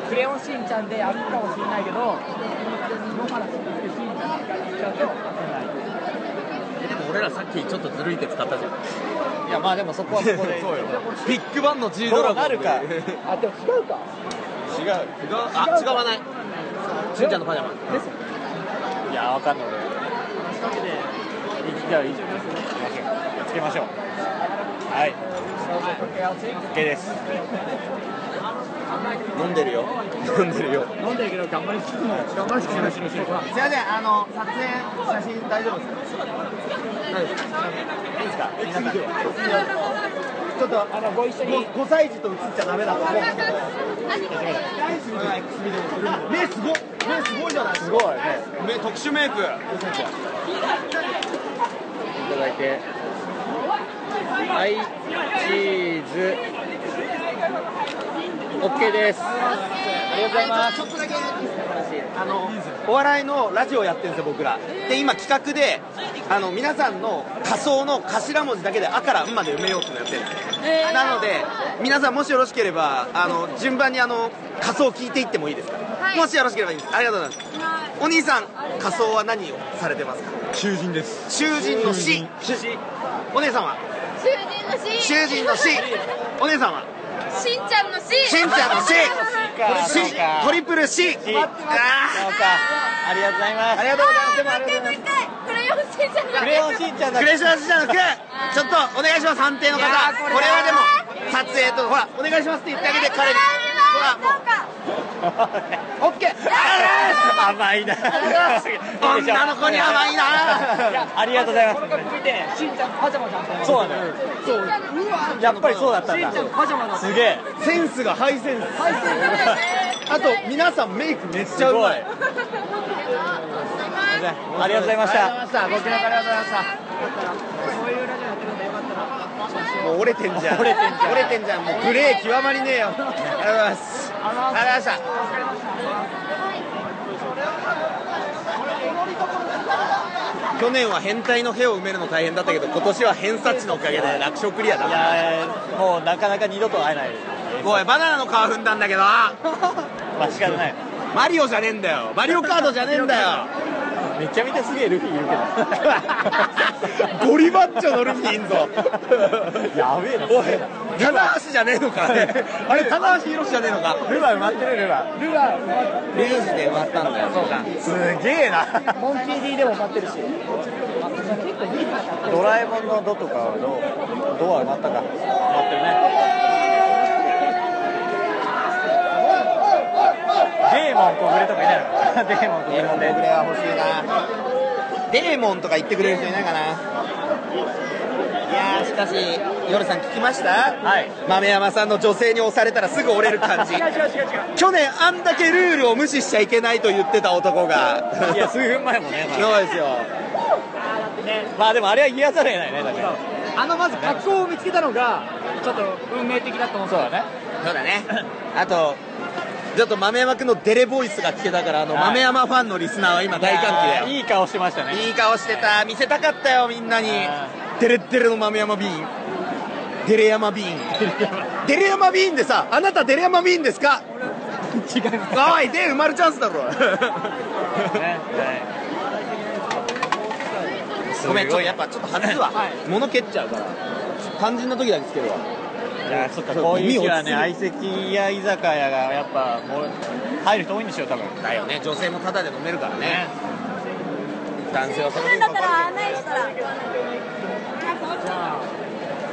クレヨンしんちゃんであるかもしれないけど野原しんちゃんが着ちゃうと
俺らさっきちょっとずるい手使ったじゃん
いやまあでもそこはそこでそうよ
ビッグバンの G
ど
ドラゴ
う
ン
なるか違う
あでも違うか
あ違わないしんちゃんのパジャマ
いやわかんないじゃあ以上ですつけましょうはい OK です
飲んでるよ飲んでるよ
飲んでるけど頑張りつつも頑張りつつもしろしろほら
すいませんあの撮影写真大丈夫ですか
いいですか皆さん
ちょっと
あのご一緒に
5, 歳児と映っちゃダメだと思うんですけど
何これ
目すごい目すごいじゃないです
す
か
ごいね
目特殊メイク
いただいてはいチーズ OK ですありがとうございます
あのお笑いのラジオやってるんですよ僕らで今企画であの皆さんの仮想の頭文字だけで「あ」から「ん」まで埋めようっていうのやってるんですよなので皆さんもしよろしければあの順番にあの仮想聞いていってもいいですか、
はい
もしよろしければいいですありがとうございますお兄さん仮想は何をされてますか
囚人です
囚人の死お姉さんは
囚人の死
囚人の死お姉さんは
しんちゃんの死
しんちゃんの死
か
死
そうか
トリプル死あ
そうかありがとうござい
あ
ます
ありがとうございますでもあ
もう一
りがとうございます
回もう一回クレヨロンしんちゃんの
クレヨ
クレシュラ
ンしんちゃんだ
スじゃなくちょっとお願いします判定の方
いやーこ
こ
れ
れはでも撮影とほらお願いしますって言ってあげて彼にほらもうオッケー
甘いな
女の子に甘い
[laughs]
な
ありがとうございます
見て、しんちゃんパジャマじゃんって。
そうなのよやっぱりそうだった
し
ん
んちゃ
だ
んパジャマだ。
すげえ
センスがハイセンスあと皆さんメイクめっちゃうまい
ありがとうございました
さあご協力ありがとうございました
もう折れてんじゃん
折れてんじゃん折れてんじゃんもう
グレー極まりねえよありがとうございます
ありがとうございました去年は変態の屁を埋めるの大変だったけど今年は偏差値のおかげで楽勝クリアだ
い
な
やーもうなかなか二度と会えない
おいバナナの皮踏んだんだけど
まあ仕方ない
マリオじゃねえんだよマリオカードじゃねえんだよ
めちゃめちゃすげえルフィいる [laughs] けど
ゴリバッチョのルフィいんぞ
やべえな
おい棚橋じゃねえのかあれ [laughs] あれ棚橋宏じゃねえのか
ルバ埋まってるルバ
リュージで割ったんだよそうか
すげえな
モンキー D でも待ってるし。
ドラえもんのドとかはどうドア埋まったか埋まってるねデーモン小暮とかいないのデーモン小
デー
[laughs] 暮
モン小暮は欲しいなデーモンとか言ってくれる人いないかないやーしかし夜さん聞きました
はい
豆山さんの女性に押されたらすぐ折れる感じ去年あんだけルールを無視しちゃいけないと言ってた男が
いや数分前もねま
そうですよ
あまあでもあれは言わざるを得ないねだから
あのまず格好を見つけたのがちょっと運命的だと思った。
そうだね
そうだねあとちょっと豆山君のデレボイスが聞けたからあの、
はい
豆山ファンのリスナーは今大歓喜だよ
いい顔してましたね [laughs]
いい顔してた見せたかったよみんなに
あ
デレッデレの豆山ビーンデレ山ビーンデレ山ビーンでさあなたデレ山ビーンですか
違います
おいで埋まるチャンスだろ
ね
ごめんちょっとやっぱちょっと外すわ、物蹴っちゃうから肝心な時だけつけるわ
いやそっかこういう日はね相席や居酒屋がやっぱもう入る人多いんでしょ多分
だよね女性もタダで飲めるからね
ね
男性はその分
だ
か
っ
か
た
る
ら案内したら。
今日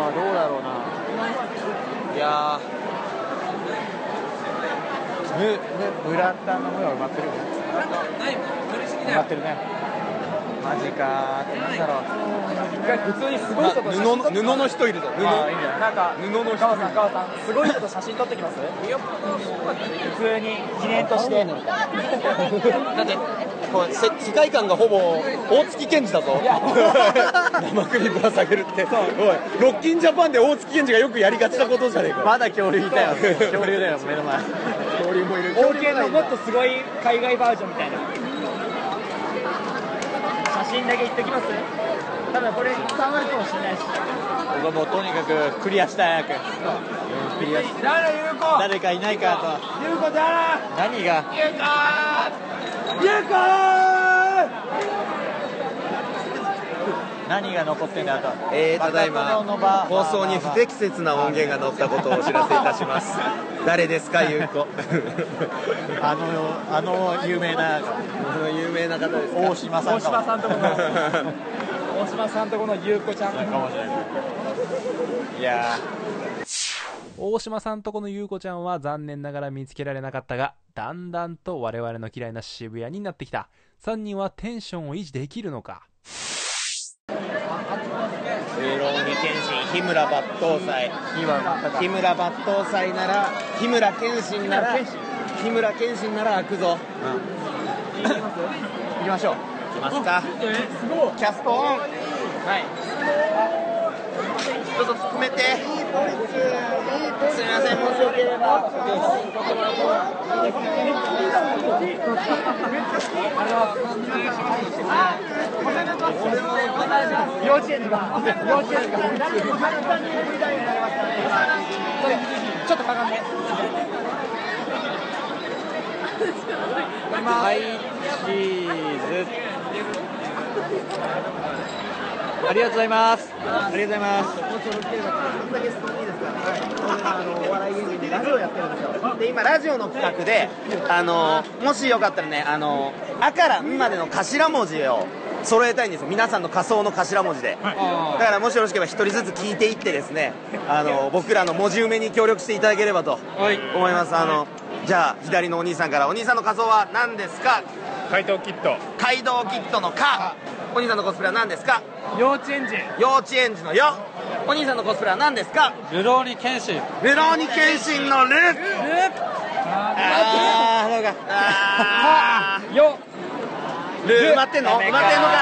はどうだろうない
や
むむ村田のムは埋まってるよね埋まってるねマジかーなんだろう
一回普通にす
ー、
ご
ま
い
あ
人と写
布
真
の布の人いるぞ布
まあいいんじゃない
なんか
布の人
川さん川さんすごい人と写真撮ってきます。
普通に記念として
だってこうせ世界観がほぼ大月健二だぞ
[laughs]
生クリームぶら下げるっておいロッキンジャパンで大月健二がよくやりがちなことじゃねえか
まだ恐竜いたよ恐竜だよ目の前
恐竜もいる
王権のもっとすごい海外バージョンみたいな。写真だけ言ってきます。ただこれ伝わるかもし
[laughs]
れないし。
僕はもうとにかくクリアしたい早くクリアし
誰有効
誰かいないか
有効だ。
と何が
有効。有効。
何が残ってんだよあと
えー、ただいま放送に不適切な音源が載ったことをお知らせいたします誰です
[laughs]
かゆうこ
あのあの有名な
有名な方ですか
大島さん
大
か
島さんとこの
さん
大島さんとこの優子ちゃん。
かもしれないいや
大島さんとこの優子ちゃんは残念ながら見つけられなかったが、だんだんと我々の嫌いな渋谷になってきた。3人はテンションを維持できるのか
龍狼に謙信日村抜刀斎
ー今またか
日村抜刀斎なら日村謙信なら日村謙信なら開くぞ
行きましょう
行きますかキャストオンはいどうぞ含めてすみません申し訳れば
幼稚園が幼稚園がちょっとかがんで
はいチーズありがとうございます。ありがとうございま
こ
す。
んだけ質問いいですか、あのお笑い芸人でラジオやってるんですよで今ラジオの企画であのもしよかったらね「あのあ」から「ん」までの頭文字を揃えたいんですよ皆さんの仮想の頭文字で、だからもしよろしければ一人ずつ聞いていってですねあの僕らの文字埋めに協力していただければと思います、あのじゃあ左のお兄さんから「お兄さんの仮想は何ですか?
怪盗キット」
「街道キットの「か」「お兄さんのコスプレは何ですか?」
幼稚園児
「幼稚園児の「よ」お兄さんのコスプレは何ですか
ルローニ剣士。
ルローニケンシンのルルあー、そうか。あ
よ。
ー、ル埋まってんの埋まってんのか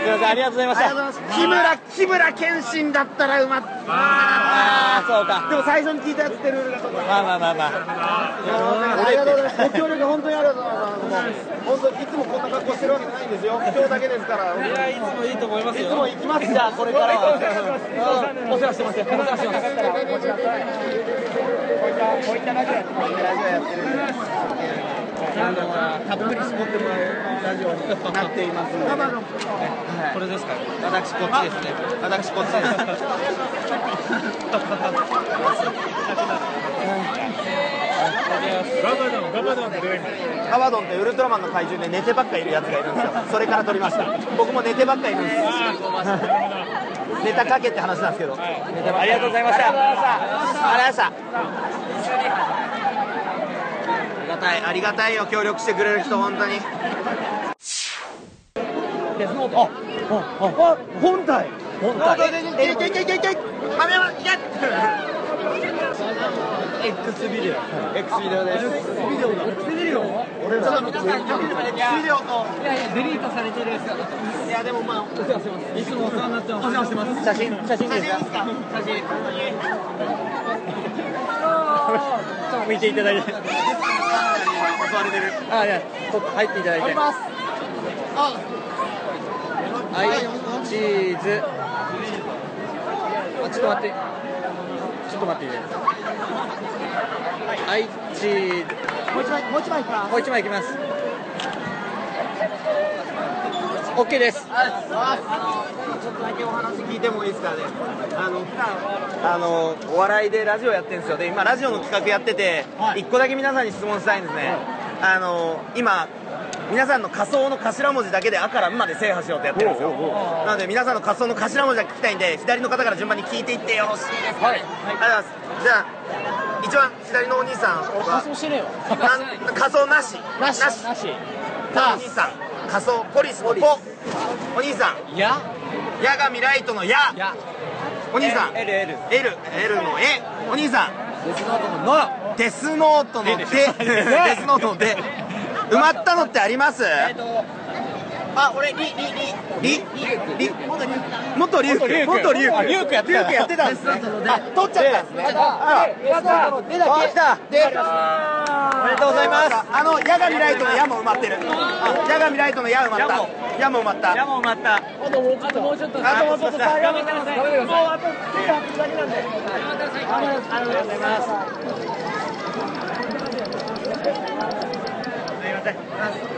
すみません、ありがとうございました。
木村、木村健信だったら埋まっ
ああ、そうか。
でも最初に聞いたやつってルールだと思う。
まあまあまあまあ。
ありがとうございます。ご協力本当にありがとうございます。本当いつもこんな格好してるわけじゃないんですよ。今日だけですから。いやいつもいいと思いますよ。いつも行きますじゃあこれから。
お世話してますよ。お世話してます。
たっぷり絞ってもらうラジオになっていますので、これですか私こっちですね私こっちですガバドンってウルトラマンの怪獣で寝てばっかいるやつがいるんですよそれから撮りました僕も寝てばっかいるんですネタかけって話なんですけど、
ありがとうございました。
ありがとうございましたありがたいありがたいよ協力してくれる人本当に
本体。本体。
えいけいけいけいけ亀山いけ
X ビデオ。
X ビデオです X ビデオだ X ビデオ俺らの X ビデオと
いやいやデリートされてるやつだ
いやでもまあ
お世話してますいつもお世話になってますお世話してます
写真、写
写真
真です
ですか写真
か見ていただい
襲
て。
われてる
あ、いや、と入っていただいて。入ります。はい、チーズ。あ、ちょっと待って。ちょっと待ってね。はい、チーズ。もう一枚、もう一枚いきます。もう一枚いきます。オッケーです。
ちょっとだけお話聞いてもいいですかねあの普段あのお笑いでラジオやってるんですよで今ラジオの企画やってて一個だけ皆さんに質問したいんですねあの今皆さんの仮想の頭文字だけで「あ」から「ん」まで制覇しようってやってるんですよなので皆さんの仮想の頭文字だけ聞きたいんで左の方から順番に聞いていってよろしいですかはいありがとうございますじゃあ一番左のお兄さんは
そうしてねえよ
なん仮想なしなし
なし
お兄さん仮想ポリスの「ポ」お兄さん
いや
矢神ライトの矢
や
お兄さん
L L。
L, L の A お兄さんデスノートの「の」デスノートの「で」デスノートの「で」埋まったのってありますあ俺リリリリリ元リュウク元リュウク
あリュウクやってた
リュウクやってたんですねあ取っちゃったんですねあ
出た
あ来た
でおめでとうございます。
あの矢神ライトの矢も埋まってるあ矢神ライトの矢埋まった矢も埋まった
じゃあもうまた。
あともうちょっと
あともうちょっと
頑張ってください頑張ってください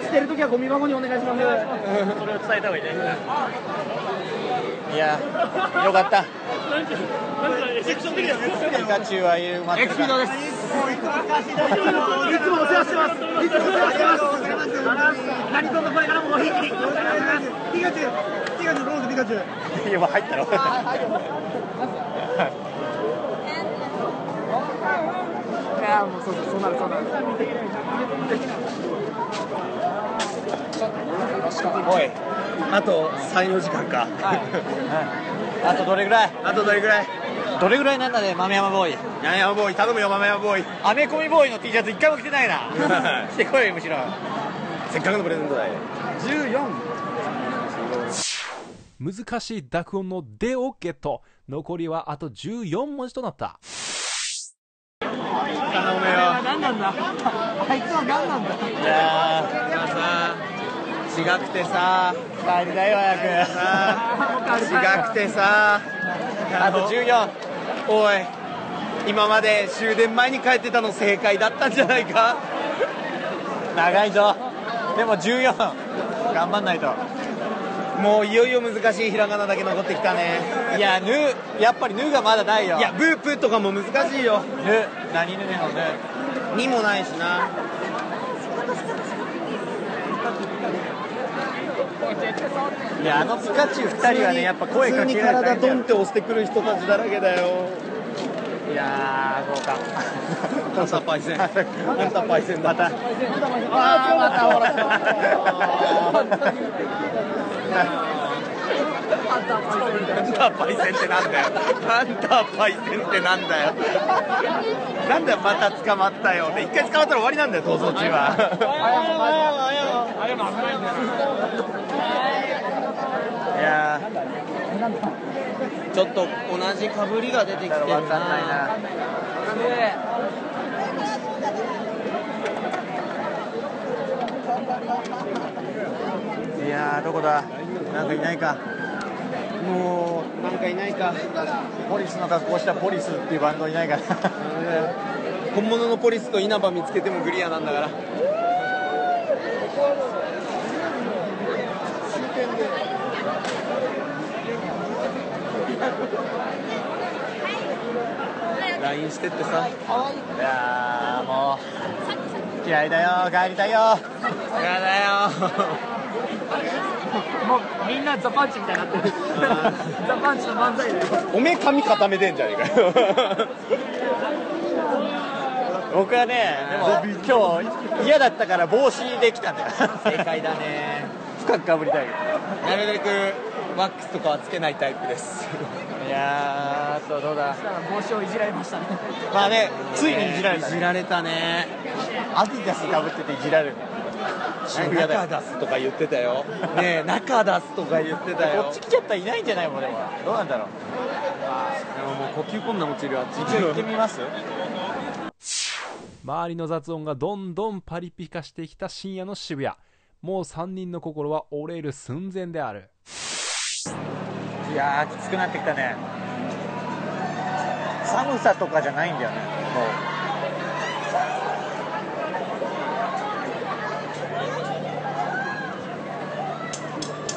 捨てるときはゴミ箱にお願いします。
いや、よかった。ピカチュウは言うまって
い
た。
つもお世話してます。いつもお世話してます。何とぞこれからもおひいきに。ピカチュウ、ピカチュウ、ローズピカチュウ。
いやもう入ったろ。
いやもうそうそうそうなるそうなる。
おい、
あと34時間か
あとどれぐらい？
あとどれぐらい
どれぐらいなんだね、豆山ボーイ。
ヤンヤンボーイ頼むよ豆ヤンボーイ
アメコミボーイの T シャツ一回も着てないな。着てこいよむしろ。
せっかくのプレゼントだよ
難しい濁音の「で」をゲット残りはあと14文字となった
いや
違くてさ
ー、帰りだよ早く。
違くてさ
あと十四。
おい今まで終電前に帰ってたの正解だったんじゃないか
長いぞ。でも十四。頑張んないと。
もういよいよ難しいひらがなだけ残ってきたね
いや、ぬ、やっぱりぬがまだないよ。
いや、ブープとかも難しいよ
ぬ、何ぬねのぬ。
にもないしな
はいや、あのピカチュウ二人はね、やっぱ声かけられたいんだよ
て押してくる人たちだらけだよ
いやー、豪華。
アンタパイセンアンタパイセンだまた
あー、またほら。
アンターパイセンってなんだよアンターパイセンってなんだよなんだよまた捕まったよって一回捕まったら終わりなんだよ逃走中は
いや
[laughs]
ー、
ちょっと同じかぶりが出てきてる
わかんないな。
いやーどこだなんかいないかもうなんかいないか
ポリスの格好したポリスっていうバンドいないから。
本物のポリスと稲葉見つけてもグリアなんだからラインしてってさ
いやー、もう、嫌いだよ、帰りたいよ。
やだ [laughs] よ
もうみんなザパンチみたいになってるザパンチの漫才で
おめえ髪固めてんじゃねえかよ
僕はね、でも、今日、嫌だったから帽子できたんだよ。
正解だね
深くかぶりたいけ
なるべくワックスとかはつけないタイプです
ど。いやー、そう、どうだ。
帽子をいじられましたね
まあね、ついにいじられた
い
ね。
じられたね
アディダスかぶってていじられるね。渋谷だよ
中。出すとか言ってたよねえ中出すとか言ってた
こ
よ
っち来ちゃったらいないんじゃないもん、でも。どうなんだろう。
でももう呼吸困難落ちるよあっち
一応行ってみます
周りの雑音がどんどんパリピ化してきた深夜の渋谷もう3人の心は折れる寸前である
いやーきつくなってきたね寒さとかじゃないんだよねも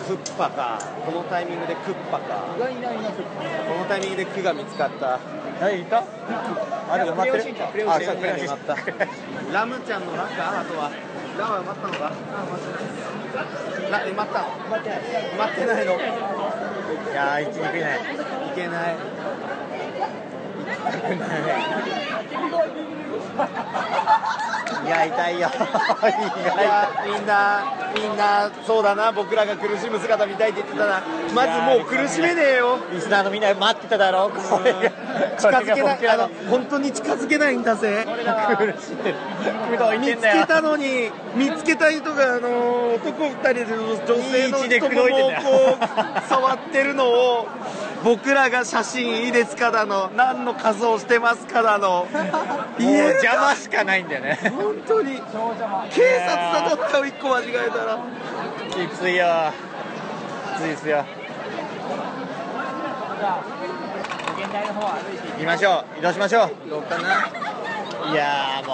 クッパかこのタイミングでクッパかこのタイミングでクが見つかった
うえいたあれ埋まってるあそうクレヨンしんちゃん
埋まったラムちゃんのラかあとはラは埋まったのかラ埋まったの埋まってない埋まってないのい
いやー行きにくいね
けない
いや痛いよ
いやみんなみんなそうだな僕らが苦しむ姿見たいって言ってたなまずもう苦しめねえよ
リスナーのみんな待ってただろうこれが
近づけ
こ
な
れ
いあの本当に近づけないんだぜ
が僕らの苦しんでる
見つけたのに見つけた人があの男2人で女性の
いい位置で
太
口
も
説い
もを
てんだよ
こう触ってるのを僕らが写真いいですかだの何の仮装してますかだの
もう
言える
邪魔しかないんだよね
本当に警察だったを1個間違えたら
きついよきついですよ
現代の方を歩いて
行きましょう移動しましょう
どうかない
やーもう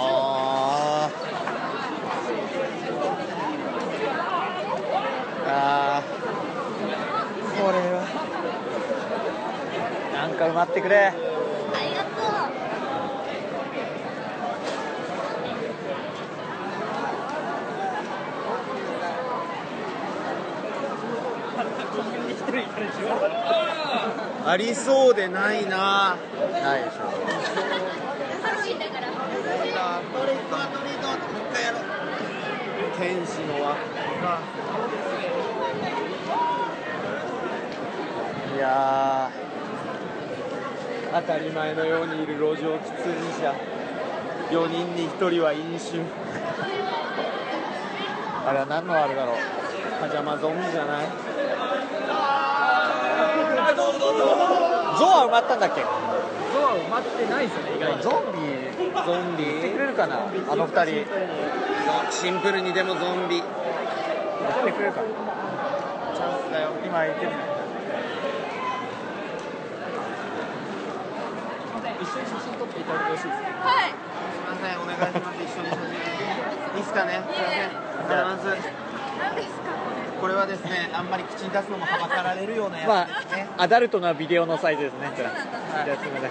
あーこれはなんか埋まってくれ
ありがとう
ありそうでないな
ないでしょ
天使の輪
いや
当たり前のようにいる路上喫煙者4人に1人は飲酒
ーあれは何のあれだろう
パジャマゾンビじゃない
ゾウは埋まったんだっけ
ゾウは埋まってないですよね意外に
ゾンビ
ゾンビ
来てくれるかなあの二人来て
シンプルにでもゾンビ
くれるかなチャンスだよ今行ってる
一緒に写真撮っていただいてよろしいですか
はい
すいませんお願いします一緒に写真いいっすかねすいませんありがとうございます
何ですかこれ
これはですね、あんまり口に出すのもはばかられるようなやつ
ま
ですね。
あ、アダルトなビデオのサイズですね。じゃあ、じゃあすみませ
い
ん。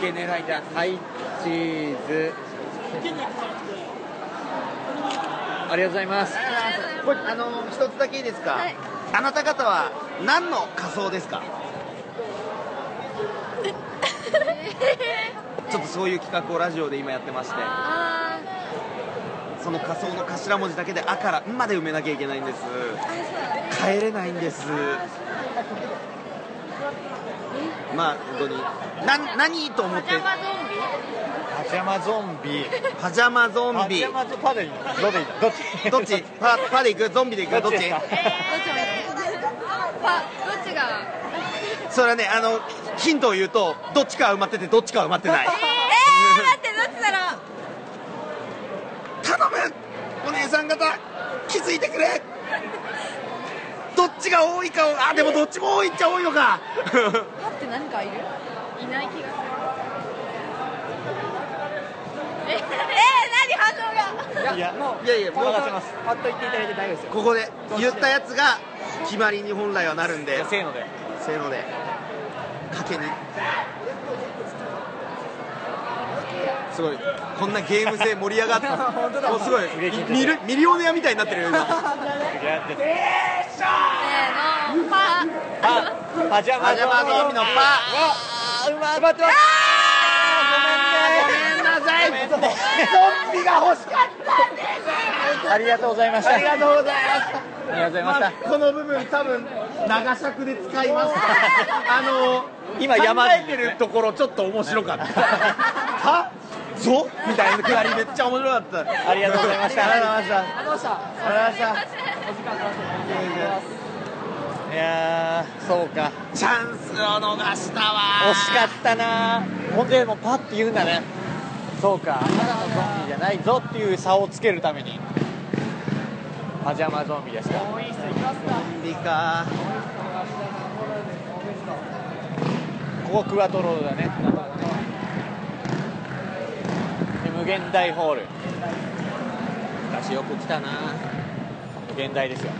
けねえないだ。
はい、チーズ。ありがとうございます。
これあの一つだけいいですか、
はい
あなた方は何の仮装です [laughs] かちょっとそういう企画をラジオで今やってまして
あ
その仮装の頭文字だけで「あ」から「ん」まで埋めなきゃいけないんです
ーあそうだね
帰れないんですまあ本当にな何と思って
パジャマゾンビ
パジャマゾンビ
パジャマゾン
パジ
ビ
ャマゾンパでいいどでいいどっち
どっちパパでいくゾンビでいくどっ
どっち
ち
ですか
えー、どっちもいいパどっちが
それはねあのヒントを言うとどっちかは埋まっててどっちかは埋まって
[laughs]
ない
えー、待ってどっちだろう
頼むお姉さん方気づいてくれどっちが多いかをあでもどっちも多いっちゃ多いのか
パって何かいるいない気がするええー、何反応が
いや、もう、
いやいやもう
任せます。パッと言っていただいて大丈夫ですよ。
ここで言ったやつが決まりに本来はなるんで
せーので。
せーので賭けにすごいこんなゲーム性盛り上
[laughs]
がったもうすごいミルミリオネアみたいになってるよ今
せーのパ
パ、パジャマ
パジ
ゾ
ャマゾン
ンビ
ビの
のパ。
パ
うまい。待って待って。ごめんね。ごめんなさい。
ゾンビが欲しかっ
ありがとうございましたた。
ありがとうござい
ありがとうございま
ます、まあ
した。
この部分多分長尺で使います
[laughs]
あの
今山
考えてるところちょっと面白
[laughs]
かったはぞみたいなくだりめっちゃ面白かった
ありがとうございました。ありがとうご
あ
ざいま
りがとうございました
した。いやー、そうか。
チャンスを逃したわ
惜しかったなほんでもうパッて言うんだねそうかあなたのゾンビじゃないぞっていう差をつけるためにパジャマゾンビですか
ゾンビか
ここクワトロだねで無限大ホール
昔よく来たな
無限大ですよ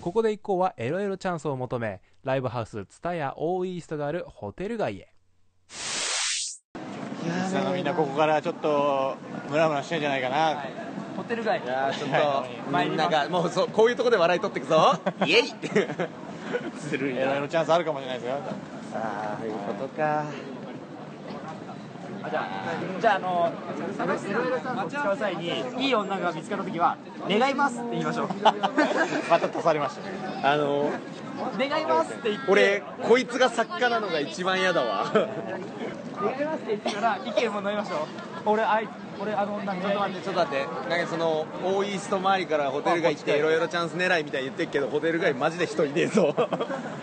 ここで一行はエロエロチャンスを求めライブハウスツタヤオーイーストがあるホテル街へ
リスナーのみんなここからちょっとムラムラしてんじゃないかな、
ホテル街
いやーちょっとみんながもうそうこういうとこで笑い取ってくぞイエイってずるい
いろいろチャンスあるかもしれないですよ
ああいうことか
あじゃあじゃああのいろいろチャンスを使う際にいい女が見つかった時は願いますって言いましょう
また足されました
あの
願いますって言って
俺こいつが作家なのが一番嫌だわ
願いますって言ってから意見も飲みましょう俺あい俺あの女ちょっと待って
ちょっと待ってなんかそのオーイースト周りからホテル街来ていろいろチャンス狙いみたいに言ってるけどホテル街マジで人いねえぞ
[laughs]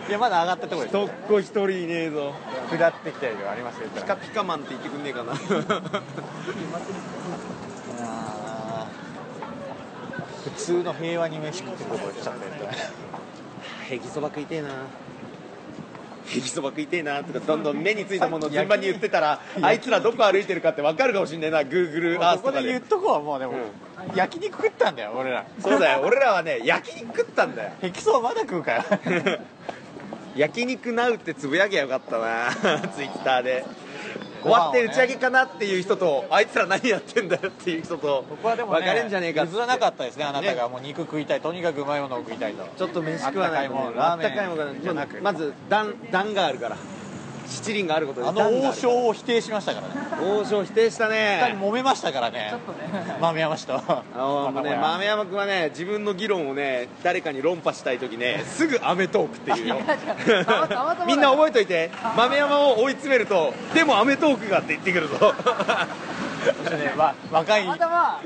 いやまだ上がったところです
どっこ一人いねえぞ
下ってきたりとかありますよ
ピカピカマンって言ってくんねえかな
[laughs] あー普通の平和に飯食ってくるとこ行っちゃったりとか
ヘギそば食いてえなヘギそば食いてえなとかどんどん目についたものを順番に言ってたらあいつらどこ歩いてるかって分かるかもしんねえな [laughs] Google アー
あ
ス
そこと
か
で言
で
っとこはもうでも、焼肉食ったんだよ俺ら
そうだよ
[laughs]
俺らはね焼肉食ったんだよ
ヘキソまだ食うから
[laughs] 焼肉ナウってつぶやきゃよかった
[laughs]
なツイッターで終わって打ち上げかなっていう人とあいつら何やってんだよっていう人と
ここはで
分
も、ね、
かれんじゃねえかって
譲らなかったですねあなたがもう肉食いたいとにかくうまいものを食いたいと
ちょっと飯食わないとね
あ
あ
っ
ったた
か
か
い
い
も
もん
んラーメン
がまずまず段段があるから七輪があることで
あ
段がある
の王将を否定しましたからね
王将否定した
二人
ね
揉めましたからね豆山氏と
あのもうね豆山君はね自分の議論をね誰かに論破したい時ねすぐ『アメトーーク』っていうよみんな覚えといて豆山を追い詰めると「でも『アメトーーク』が」って言ってくるぞ
ねわ若いい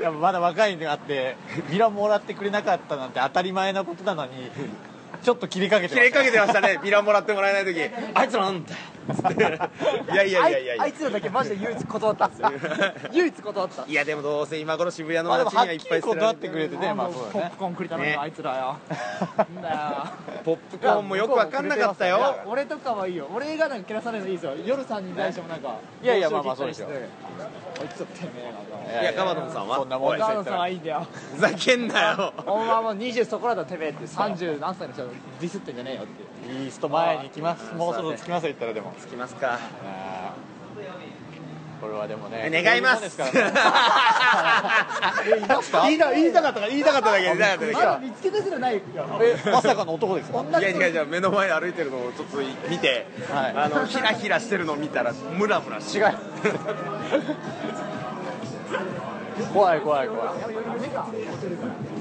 やまだ若いんであってビラもらってくれなかったなんて当たり前なことなのにちょっと切りかけて
切れかけてましたねビラもらってもらえない時あいつらなんだよいやいやいやいやい
あ
や
いつらだけマジで唯一断ったんですよ唯一断った
いやでもどうせ今頃渋谷の
まあでも
街に
はっ
はいっ
き
ぱ
り
い捨てら
断
れ
ってて
る
くれてねまあそう
ポップコーンくれたの
ね
よあいつらよなんだよ
ポップコーンもよく分かんなかった
いや
よ
俺とかはいいよ俺がなんか蹴らされるのいいですよ夜さんに対してもなんか
いやいやまあまあそうですよ
帽子を切ったりしてあいつらてめえなんだ
いやガバドンさんは
そんなもんです
ガー
よ
ドさんはいいんだよ
ふざけんなよ
お前もう20そこらだてめえって30何歳の人ディスってんじゃねえよって
イースト前に行きますもうそろそろ着きますよ言ったらでも
行きますか
あーこれはでもね
願います
こううもんですからね
[laughs]
えいますか
言いた言いたかったから言いたかっただけ言いたかっただけ
まだ見つけ出せるないよ
えまさかの男ですか
いや違う違う目の前歩いてるのをちょっと見て、
はい
あのヒラヒラしてるのを見たらムラムラし
違う怖い怖い怖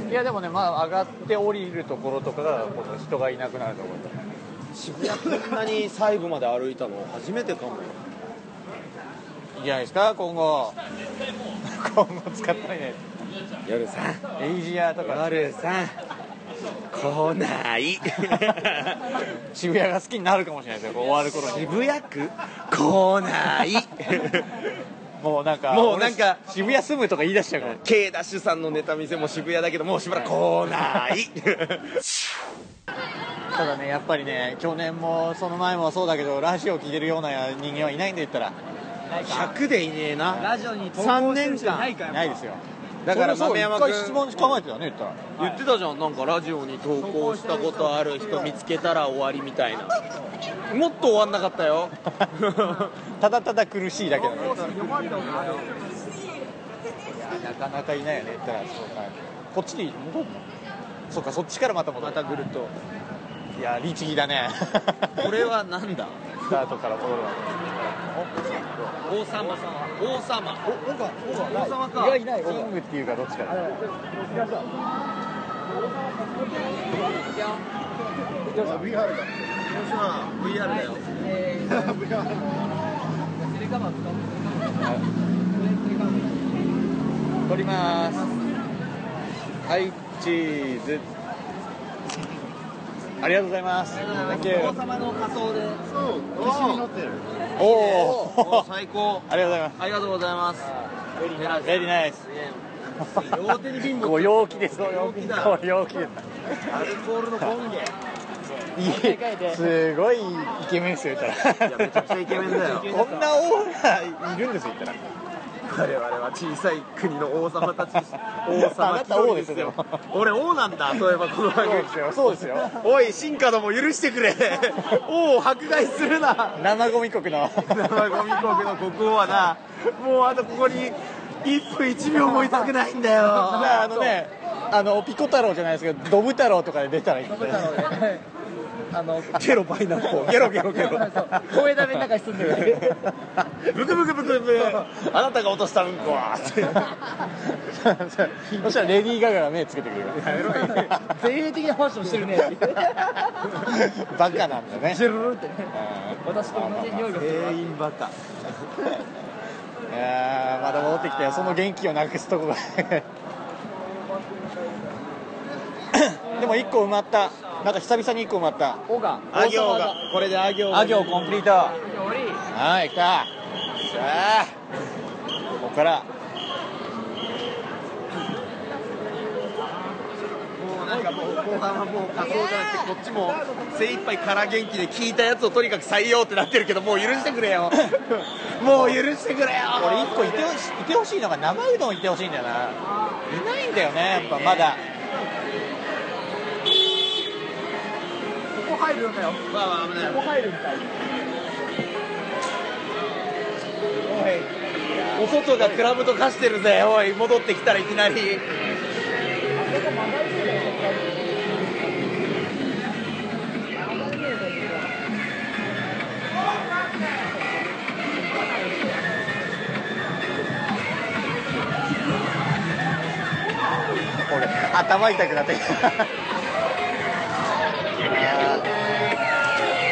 いいやでもねまあ上がって降りるところとかがこの人がいなくなるところ
[laughs] 渋谷こんなに最後まで歩いたの初めてかも
いいじゃないですか今後 [laughs] 今後使ったらいいね
夜さん
エイジアとか
夜さん来ない
[laughs] 渋谷が好きになるかもしれないですよこう終わる頃に
渋谷区来ない
[laughs] もうなんか
もうなんか
俺渋谷住むとか言い出しちゃうから
K ダッシュさんのネタ見せも渋谷だけどもうしばらく来ない
[laughs] ただねやっぱりね去年もその前もそうだけどラジオを聴けるような人間はいないんで言ったら
100でいねえな
ラジオに投稿してる人いないか
い
ら
ないですよ
だから
そ
豆
れこ
山
そ
君
一回質問考えてたよね言った [laughs] ら
言ってたじゃんなんかラジオに投稿したことある人見つけたら終わりみたいなもっと終わんなかったよ
ただただ苦しいだけだねなかなかいないよね言ったらそうかこっちに戻るのそうかそっちからまた戻
ま
る
たぐると
いや律儀だね
これはなんだ
スタートから戻るわ
王様王様
け意外いないキングっていうかどっちかだね
広島 VR だよ
撮りますはいチーズありがとうございます
王様の仮装で
お
お
お
最高
ありがとうございます
ありがとうございます
ベリーナイス
両手に瓶持
ご陽気ですご陽
気だ
ご陽気です
アルコールのボンゲ
いいすごいイケメンですよ言ったら
いやめちゃくちゃイケメンだよ
こんなオーラいるんですよ言ったら
我々は小さい国の王様たち [laughs] 王
王様
様
あなた王ですよでも
俺王なんだそういえばこの番組
すよそうですよ
おい進化ども許してく [laughs] れ王を迫害するな
生ゴミ国 [laughs] の
生ゴミ国の国王はなもうあとここに1分1秒もいたくないんだよ
あのねあのピコ太郎じゃないですけどドブ太郎とかで出たらいいんで
ゲロパイナップルゲロゲロゲロ
声だめの中に住んでる
ブクブクブクブク [laughs] あなたが落としたうんこは [laughs]
そしたらレディー・ガガが目つけてくれる
前衛的なファッションして
[laughs]
るね
バカなんだね
ジュルルンってね私と同じ匂いがする
全員バカ
いやーまた戻ってきたよその元気をなくすとこが [laughs] でも1個埋まったなんか久々に1個埋まった
オガ
あ行がこれであ行が
あ行コンプリートはい来たさあここから
もうなんかもう後半はもう仮装じゃなくてこっちも精一杯から元気で聞いたやつをとにかく採用ってなってるけどもう許してくれ
[laughs]
よもう許してくれよ
俺1個いてほしいてほしいのが生うどんいてほしいんだよないないんだよねやっぱまだ
ここ入るんだよ
まあまあ危ない
ここ入るみたい
お外がクラブと化してるぜおい戻ってきたらいきなり
俺頭痛くなってきたあー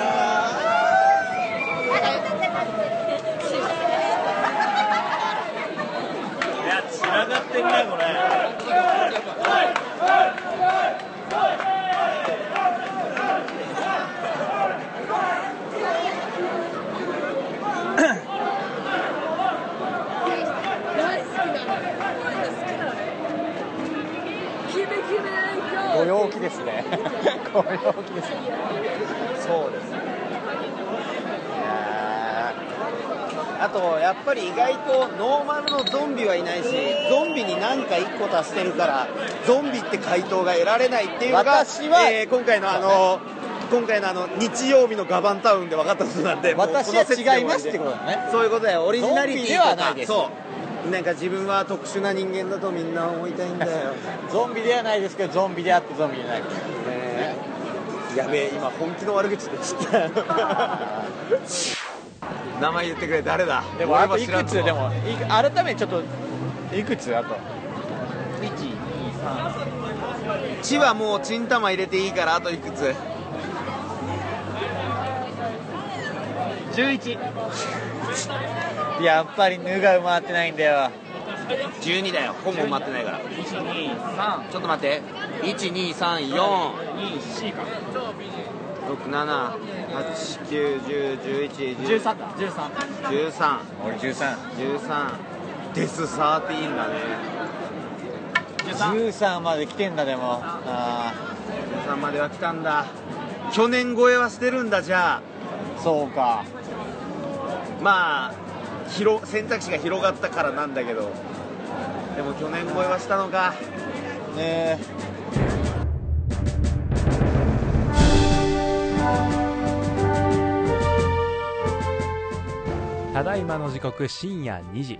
いや散らがってんなこれ
ご陽気ですねご陽気ですね
そうですねいやーあとやっぱり意外とノーマルのゾンビはいないしゾンビに何か1個足してるからゾンビって回答が得られないっていうのが
私は
えー今回のあの今回のあの日曜日のガバンタウンで分かったことなんでもうこの
私は
説明
違いますってことだね
そういうことだよオリジナリティとか
ゾンビではないです
そうなんか自分は特殊な人間だとみんな思いたいんだよ
ゾンビではないですけどゾンビであってゾンビじゃないです
ねえやべえ今本気の悪口でした名前言ってくれ誰だ
でもあとい
俺
く
も
つ
知らんぞ
でもいく改めてちょっといくつあと
血はもうチンタマ入れていいからあといくつ
やっぱりヌが埋まってないんだよ
12だよ本も埋まってないからちょっと待って12342か67891011313
だ13
俺1313
13デス13だね
まで来てんだでもあ
13までは来たんだ去年超えはしてるんだじゃあ
ーそうか
まあ広選択肢が広がったからなんだけどでも去年超えはしたのか
ね
ただいまの時刻深夜2時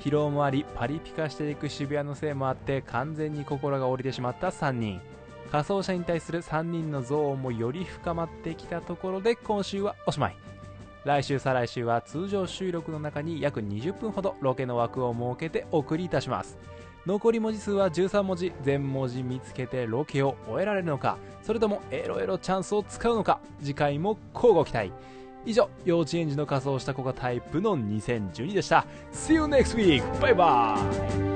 疲労もありパリピ化していく渋谷のせいもあって完全に心が折れてしまった3人仮装者に対する3人の憎悪もより深まってきたところで今週はおしまい来週再来週は通常収録の中に約20分ほどロケの枠を設けてお送りいたします残り文字数は13文字全文字見つけてロケを終えられるのかそれともエロエロチャンスを使うのか次回も交互期待以上幼稚園児の仮装した子がタイプの2012でした See you next week! バイバイ